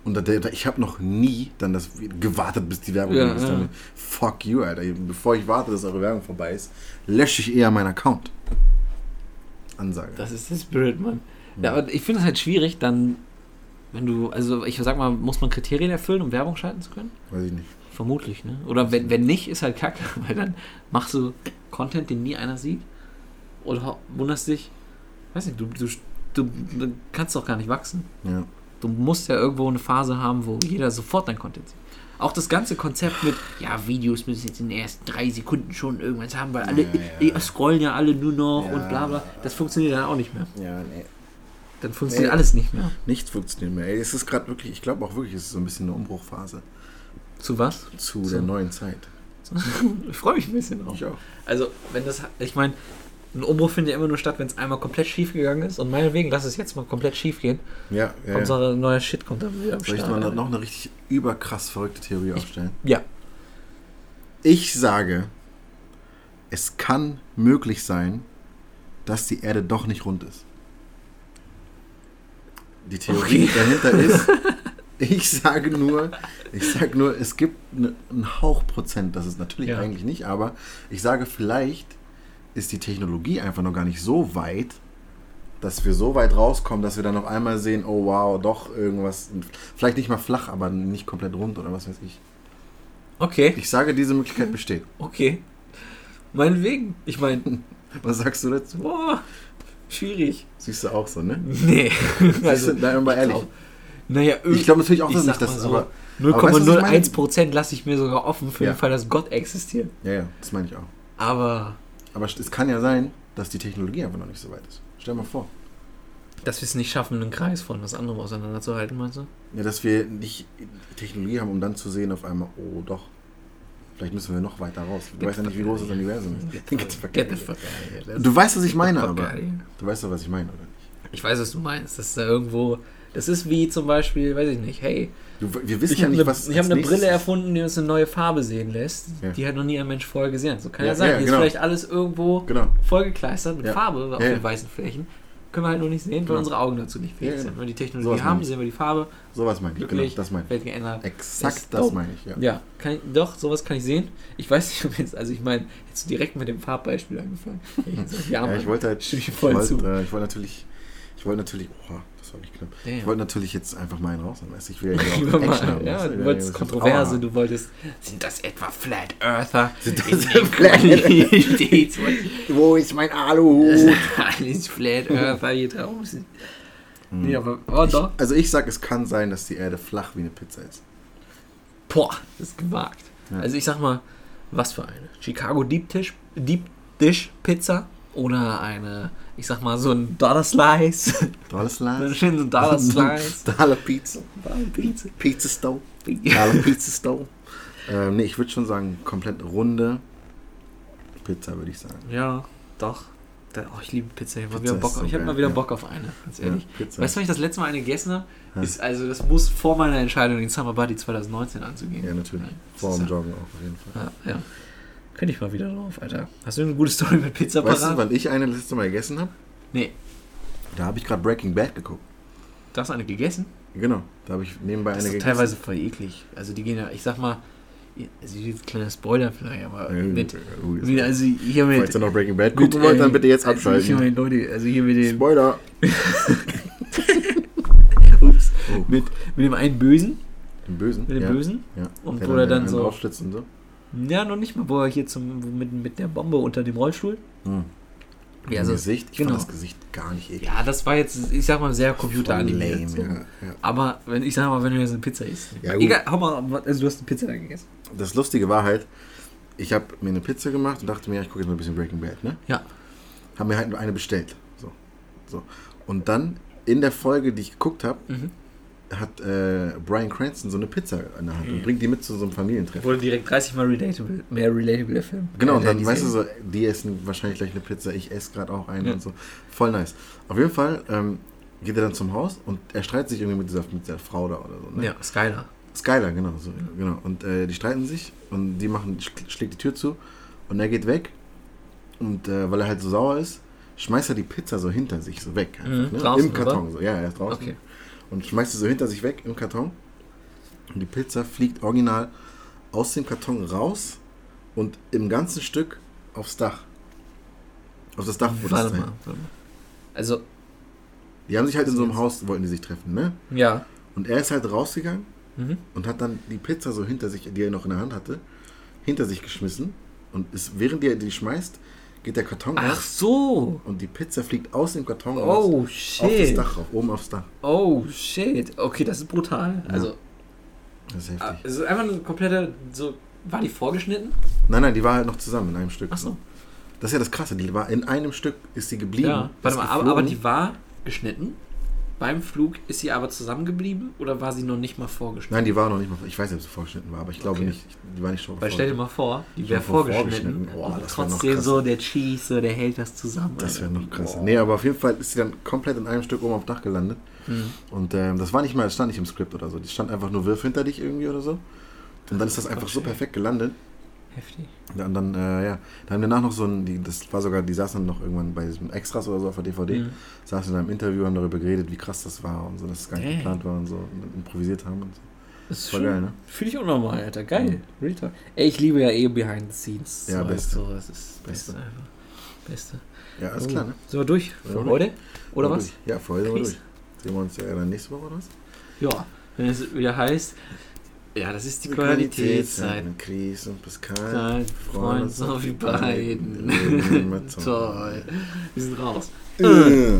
Speaker 1: Und da, da, ich habe noch nie dann das gewartet, bis die Werbung
Speaker 2: Ja,
Speaker 1: ist.
Speaker 2: ja.
Speaker 1: Dann, fuck you, Alter. Bevor ich warte, dass eure Werbung vorbei ist, lösche ich eher meinen Account. Ansage.
Speaker 2: Das ist der Spirit, Mann. Ja, aber ich finde es halt schwierig, dann, wenn du, also ich sag mal, muss man Kriterien erfüllen, um Werbung schalten zu können?
Speaker 1: Weiß ich nicht.
Speaker 2: Vermutlich, ne? Oder wenn, wenn nicht, ist halt kacke, weil dann machst du Content, den nie einer sieht oder hau- wunderst dich, weiß nicht, du, du, du, du kannst doch gar nicht wachsen.
Speaker 1: Ja.
Speaker 2: Du musst ja irgendwo eine Phase haben, wo jeder sofort dein Content sieht. Auch das ganze Konzept mit, ja, Videos müssen jetzt in den ersten drei Sekunden schon irgendwas haben, weil alle
Speaker 1: Ja,
Speaker 2: die
Speaker 1: ja.
Speaker 2: scrollen ja alle nur noch
Speaker 1: Ja.
Speaker 2: und bla bla. Das funktioniert dann auch nicht mehr.
Speaker 1: Ja, nee.
Speaker 2: Dann funktioniert
Speaker 1: Nee.
Speaker 2: alles nicht mehr.
Speaker 1: Nichts funktioniert mehr. Ey, es ist gerade wirklich, ich glaube auch wirklich, es ist so ein bisschen eine Umbruchphase
Speaker 2: Zu was?
Speaker 1: zu
Speaker 2: So.
Speaker 1: der neuen Zeit.
Speaker 2: Ich freue mich ein bisschen drauf.
Speaker 1: auch.
Speaker 2: Also, wenn das, ich meine, ein Umbruch findet ja immer nur statt, wenn es einmal komplett schief gegangen ist. Und meinetwegen, lass es jetzt mal komplett schief gehen.
Speaker 1: Ja, ja. ja. Soll
Speaker 2: Hauptsache, neuer Shit kommt dann wieder am
Speaker 1: ich
Speaker 2: Start.
Speaker 1: mal
Speaker 2: Alter.
Speaker 1: noch eine richtig überkrass verrückte Theorie aufstellen?
Speaker 2: Ja.
Speaker 1: Ich sage, es kann möglich sein, dass die Erde doch nicht rund ist. Die Theorie
Speaker 2: Okay.
Speaker 1: dahinter ist, ich sage nur, ich sage nur, es gibt ne- einen Hauchprozent, das ist natürlich
Speaker 2: Ja.
Speaker 1: eigentlich nicht, aber ich sage, vielleicht ist die Technologie einfach noch gar nicht so weit, dass wir so weit rauskommen, dass wir dann auf einmal sehen, oh wow, doch irgendwas, vielleicht nicht mal flach, aber nicht komplett rund oder was weiß ich.
Speaker 2: Okay,
Speaker 1: Ich sage, diese
Speaker 2: Mhm.
Speaker 1: Möglichkeit besteht.
Speaker 2: okay. Meinetwegen. Ich meine,
Speaker 1: Was sagst du dazu?
Speaker 2: boah, schwierig.
Speaker 1: Siehst du auch so, ne?
Speaker 2: Nee.
Speaker 1: Also, Nein, aber ehrlich.
Speaker 2: glaub- naja,
Speaker 1: ich glaube natürlich auch,
Speaker 2: ich
Speaker 1: dass
Speaker 2: sag
Speaker 1: nicht das
Speaker 2: mal
Speaker 1: ist,
Speaker 2: so,
Speaker 1: aber. aber weißt du, was ich meine?
Speaker 2: 0,01% lasse ich mir sogar offen für
Speaker 1: Ja.
Speaker 2: den Fall, dass Gott existiert.
Speaker 1: Ja, ja, das meine ich auch.
Speaker 2: Aber,
Speaker 1: Aber es kann ja sein, dass die Technologie einfach noch nicht so weit ist. Stell dir mal vor.
Speaker 2: dass wir es nicht schaffen, einen Kreis von was anderem auseinanderzuhalten, meinst du?
Speaker 1: Ja, dass wir nicht Technologie haben, um dann zu sehen auf einmal, oh doch. Vielleicht müssen wir noch weiter raus. Du weißt ja nicht, wie groß das Universum ist. Ganz
Speaker 2: Get the
Speaker 1: verkehrt.
Speaker 2: fuck out of here. Let's
Speaker 1: Du weißt, was ich meine,
Speaker 2: fuck
Speaker 1: aber.
Speaker 2: outta here.
Speaker 1: Du weißt doch, was ich meine, oder nicht?
Speaker 2: Ich weiß, was du meinst. Das ist da irgendwo. Das ist wie zum Beispiel, weiß ich nicht, hey,
Speaker 1: Du, wir wissen
Speaker 2: ich
Speaker 1: ja
Speaker 2: habe
Speaker 1: nicht,
Speaker 2: eine,
Speaker 1: was. als
Speaker 2: ich hab eine
Speaker 1: nächstes
Speaker 2: Brille
Speaker 1: ist.
Speaker 2: erfunden, die uns eine neue Farbe sehen lässt.
Speaker 1: Ja.
Speaker 2: Die hat noch nie ein Mensch vorher gesehen. So kann ja,
Speaker 1: Ja,
Speaker 2: sein.
Speaker 1: ja,
Speaker 2: Hier
Speaker 1: genau.
Speaker 2: ist vielleicht alles irgendwo
Speaker 1: Genau.
Speaker 2: vollgekleistert mit
Speaker 1: Ja.
Speaker 2: Farbe ne, auf
Speaker 1: Ja,
Speaker 2: den
Speaker 1: ja.
Speaker 2: weißen Flächen. Können wir halt nur nicht sehen, weil
Speaker 1: Genau.
Speaker 2: unsere Augen dazu nicht fähig
Speaker 1: Ja,
Speaker 2: sind.
Speaker 1: genau.
Speaker 2: Wenn wir die Technologie
Speaker 1: Sowas meine
Speaker 2: haben,
Speaker 1: ich.
Speaker 2: sehen wir die Farbe,
Speaker 1: Sowas meine ich, genau.
Speaker 2: glücklich,
Speaker 1: Das meine ich.
Speaker 2: Welt geändert.
Speaker 1: Exakt
Speaker 2: Ist
Speaker 1: das
Speaker 2: dope.
Speaker 1: meine ich, ja.
Speaker 2: Ja, kann ich, doch, sowas kann ich sehen. Ich weiß nicht, ob jetzt, also ich meine, jetzt so direkt mit dem Farbbeispiel angefangen. Ich, ja,
Speaker 1: Ja, ich
Speaker 2: Mann.
Speaker 1: wollte halt.
Speaker 2: Stimme ich
Speaker 1: Ich
Speaker 2: voll
Speaker 1: wollte,
Speaker 2: zu.
Speaker 1: äh, ich wollte natürlich. Ich wollte natürlich. Oha, das war nicht knapp.
Speaker 2: Damn.
Speaker 1: Ich wollte natürlich jetzt einfach mal einen raushauen. weißt du, Ich will ja hier
Speaker 2: Lieber
Speaker 1: auch Action
Speaker 2: mal,
Speaker 1: haben. weißt
Speaker 2: ja,
Speaker 1: Ich
Speaker 2: du
Speaker 1: will
Speaker 2: wolltest
Speaker 1: hier was-
Speaker 2: Kontroverse,
Speaker 1: Aua.
Speaker 2: du wolltest. Sind das etwa Flat Earther?
Speaker 1: Sind das
Speaker 2: In
Speaker 1: etwa
Speaker 2: den
Speaker 1: Flat
Speaker 2: Qualitäts-
Speaker 1: Wo ist mein Aluhut?
Speaker 2: Alles Flat Earther hier draußen.
Speaker 1: Hm.
Speaker 2: Nee, aber. Oh,
Speaker 1: Ich,
Speaker 2: doch.
Speaker 1: also ich sag, es kann sein, dass die Erde flach wie eine Pizza ist.
Speaker 2: Boah, das ist gewagt.
Speaker 1: Ja.
Speaker 2: Also, ich sag mal, was für eine? Chicago Deep Dish, Deep Dish Pizza oder eine, ich sag mal, so ein Dollar Slice.
Speaker 1: Dollar
Speaker 2: so ein
Speaker 1: Slice.
Speaker 2: schönes Dollar Slice.
Speaker 1: Dollar Pizza.
Speaker 2: Dollar Pizza.
Speaker 1: Pizza Stone. Dollar Pizza Stone. ähm, nee, ich würde schon sagen, komplett runde Pizza, würde ich sagen.
Speaker 2: Ja, doch. Da- Oh, ich liebe Pizza. Ich habe mal
Speaker 1: Pizza
Speaker 2: wieder, Bock,
Speaker 1: ist
Speaker 2: auf-
Speaker 1: so
Speaker 2: ich hab mal
Speaker 1: geil,
Speaker 2: wieder
Speaker 1: ja.
Speaker 2: Bock auf eine, ganz ehrlich.
Speaker 1: Ja, Pizza.
Speaker 2: Weißt du, wenn ich das letzte Mal eine gegessen habe? Ist, also, das muss vor meiner Entscheidung, den Summer Buddy 2019 anzugehen.
Speaker 1: ja, natürlich.
Speaker 2: das
Speaker 1: Vor
Speaker 2: ist
Speaker 1: dem
Speaker 2: ja-
Speaker 1: Joggen auch auf jeden Fall.
Speaker 2: Ja, ja. Könnte ich mal wieder drauf, Alter. Hast du eine gute Story mit Pizza
Speaker 1: Weißt du,
Speaker 2: parat?
Speaker 1: wann ich eine letzte Mal gegessen habe?
Speaker 2: nee,
Speaker 1: Da habe ich gerade Breaking Bad geguckt.
Speaker 2: du hast eine gegessen?
Speaker 1: Genau, da habe ich nebenbei
Speaker 2: Das
Speaker 1: eine
Speaker 2: ist
Speaker 1: gegessen.
Speaker 2: teilweise voll eklig. Also, die gehen ja, ich sag mal, also, jetzt kleiner Spoiler vielleicht, aber mit. Mit, also hier mit,
Speaker 1: Falls ihr noch Breaking Bad
Speaker 2: mit,
Speaker 1: gucken wollt, dann
Speaker 2: äh,
Speaker 1: bitte jetzt
Speaker 2: Also hier
Speaker 1: abschalten.
Speaker 2: mit, Leute, also hier mit dem,
Speaker 1: Spoiler!
Speaker 2: ups,
Speaker 1: Oh,
Speaker 2: mit, mit dem einen Bösen,
Speaker 1: dem Bösen.
Speaker 2: mit dem
Speaker 1: ja.
Speaker 2: Bösen,
Speaker 1: Ja.
Speaker 2: Und
Speaker 1: Der
Speaker 2: wo er dann
Speaker 1: einen
Speaker 2: so-
Speaker 1: draufschlitzt und so.
Speaker 2: Ja, noch nicht mal, wo er hier zum, wo mit, mit der Bombe unter dem Rollstuhl.
Speaker 1: Hm.
Speaker 2: Wie
Speaker 1: Im
Speaker 2: also,
Speaker 1: Gesicht. Ich
Speaker 2: genau.
Speaker 1: fand das Gesicht gar nicht eklig.
Speaker 2: ja, das war jetzt, ich sag mal, sehr
Speaker 1: Voll
Speaker 2: computeranimiert.
Speaker 1: lame,
Speaker 2: So.
Speaker 1: ja. Ja.
Speaker 2: Aber wenn ich sag mal, wenn du jetzt eine Pizza isst.
Speaker 1: Ja, gut.
Speaker 2: Egal, hau mal, also du hast eine Pizza dann gegessen.
Speaker 1: Das Lustige war halt, ich habe mir eine Pizza gemacht und dachte mir, ja, ich gucke jetzt mal ein bisschen Breaking Bad, ne?
Speaker 2: Ja.
Speaker 1: Haben mir halt nur eine bestellt. So. so. Und dann in der Folge, die ich geguckt habe,
Speaker 2: Mhm.
Speaker 1: hat äh, Brian Cranston so eine Pizza in der Hand
Speaker 2: Mhm.
Speaker 1: und bringt die mit zu so einem Familientreffen.
Speaker 2: Wurde direkt 30 mal relatable, mehr relatable der Film.
Speaker 1: Genau,
Speaker 2: Äh,
Speaker 1: und dann
Speaker 2: die
Speaker 1: weißt du
Speaker 2: Serie.
Speaker 1: so, die essen wahrscheinlich gleich eine Pizza, ich esse gerade auch eine
Speaker 2: Ja.
Speaker 1: und so. Voll nice. Auf jeden Fall ähm, geht er dann zum Haus und er streitet sich irgendwie mit dieser, mit dieser Frau da oder so. Ne?
Speaker 2: Ja, Skyler.
Speaker 1: Skyler, genau. So, genau. Und äh, die streiten sich und die machen, schl- schlägt die Tür zu und er geht weg. Und äh, weil er halt so sauer ist, schmeißt er die Pizza so hinter sich, so weg.
Speaker 2: Mhm,
Speaker 1: Einfach, ne?
Speaker 2: draußen,
Speaker 1: Im Karton, so. Ja, er ist draußen.
Speaker 2: Okay.
Speaker 1: Und schmeißt sie so hinter sich weg im Karton. Und die Pizza fliegt original aus dem Karton raus und im ganzen Stück aufs Dach. Auf das Dach, wo das
Speaker 2: Warte
Speaker 1: ist.
Speaker 2: mal, warte mal. Also,
Speaker 1: Die haben sich halt in so einem Haus, wollten die sich treffen, ne?
Speaker 2: ja.
Speaker 1: Und er ist halt rausgegangen
Speaker 2: Mhm.
Speaker 1: und hat dann die Pizza so hinter sich, die er noch in der Hand hatte, hinter sich geschmissen. Und ist, während er die schmeißt, geht der Karton
Speaker 2: Ach
Speaker 1: raus
Speaker 2: so.
Speaker 1: und die Pizza fliegt aus dem Karton raus.
Speaker 2: Oh,
Speaker 1: Auf das
Speaker 2: shit.
Speaker 1: Dach rauf, oben aufs Dach.
Speaker 2: Oh, shit. Okay, das ist brutal. Also,
Speaker 1: Das ist
Speaker 2: ah,
Speaker 1: heftig.
Speaker 2: es ist einfach eine komplette, so, war die vorgeschnitten?
Speaker 1: Nein, nein, die war halt noch zusammen in einem Stück.
Speaker 2: Ach so.
Speaker 1: Das ist ja das Krasse, die war in einem Stück ist sie geblieben.
Speaker 2: Ja.
Speaker 1: ist
Speaker 2: Warte mal, aber,
Speaker 1: geflogen.
Speaker 2: aber die war geschnitten. Beim Flug ist sie aber zusammengeblieben oder war sie noch nicht mal vorgeschnitten?
Speaker 1: Nein, die war noch nicht mal. Ich weiß nicht, ob sie vorgeschnitten war, aber ich glaube
Speaker 2: Okay.
Speaker 1: nicht. Die war nicht schon
Speaker 2: Weil stell dir mal vor, die wäre
Speaker 1: Stell dir mal vor,
Speaker 2: vorgeschnitten.
Speaker 1: vorgeschnitten. Oh,
Speaker 2: und
Speaker 1: das wär noch
Speaker 2: trotzdem
Speaker 1: krass.
Speaker 2: so der Cheese, so, der hält das zusammen.
Speaker 1: Das wäre
Speaker 2: Alter.
Speaker 1: noch krasser.
Speaker 2: Boah.
Speaker 1: Nee, aber auf jeden Fall ist sie dann komplett in einem Stück oben auf dem Dach gelandet.
Speaker 2: Mhm.
Speaker 1: Und ähm, das war nicht mal, das stand nicht im Skript oder so. Die stand einfach nur wirf hinter dich irgendwie oder so. Und dann ist das einfach so perfekt gelandet.
Speaker 2: Heftig.
Speaker 1: Ja, und dann, äh, ja, da haben wir danach noch so ein, die, das war sogar, die saßen dann noch irgendwann bei diesem Extras oder so auf der DVD,
Speaker 2: Mhm.
Speaker 1: saßen in einem Interview, haben darüber geredet, wie krass das war und so, dass es gar nicht
Speaker 2: Dang.
Speaker 1: geplant war und so, und improvisiert haben und so.
Speaker 2: Das ist
Speaker 1: Voll
Speaker 2: schon,
Speaker 1: geil, ne?
Speaker 2: Finde ich unnormal, Alter. Geil. Real Talk. Ey, ich liebe ja eh Behind the Scenes.
Speaker 1: Ja,
Speaker 2: Zeug,
Speaker 1: Beste.
Speaker 2: So, das ist
Speaker 1: Beste.
Speaker 2: Mhm. Beste. Beste einfach. Beste.
Speaker 1: Ja, alles
Speaker 2: Oh.
Speaker 1: klar, ne?
Speaker 2: Sind wir durch für
Speaker 1: Ja,
Speaker 2: heute? Oder
Speaker 1: Mal
Speaker 2: was?
Speaker 1: Durch. Ja, für heute sind wir
Speaker 2: Peace.
Speaker 1: durch. Sehen wir uns ja dann nächste Woche oder was?
Speaker 2: Ja. Wenn es wieder heißt, ja, das ist die Qualitätszeit.
Speaker 1: Mit Chris und Pascal.
Speaker 2: Zeit, Freund, so wie beiden.
Speaker 1: Leben mit Tom.
Speaker 2: Toll. Wir sind raus.
Speaker 1: Äh.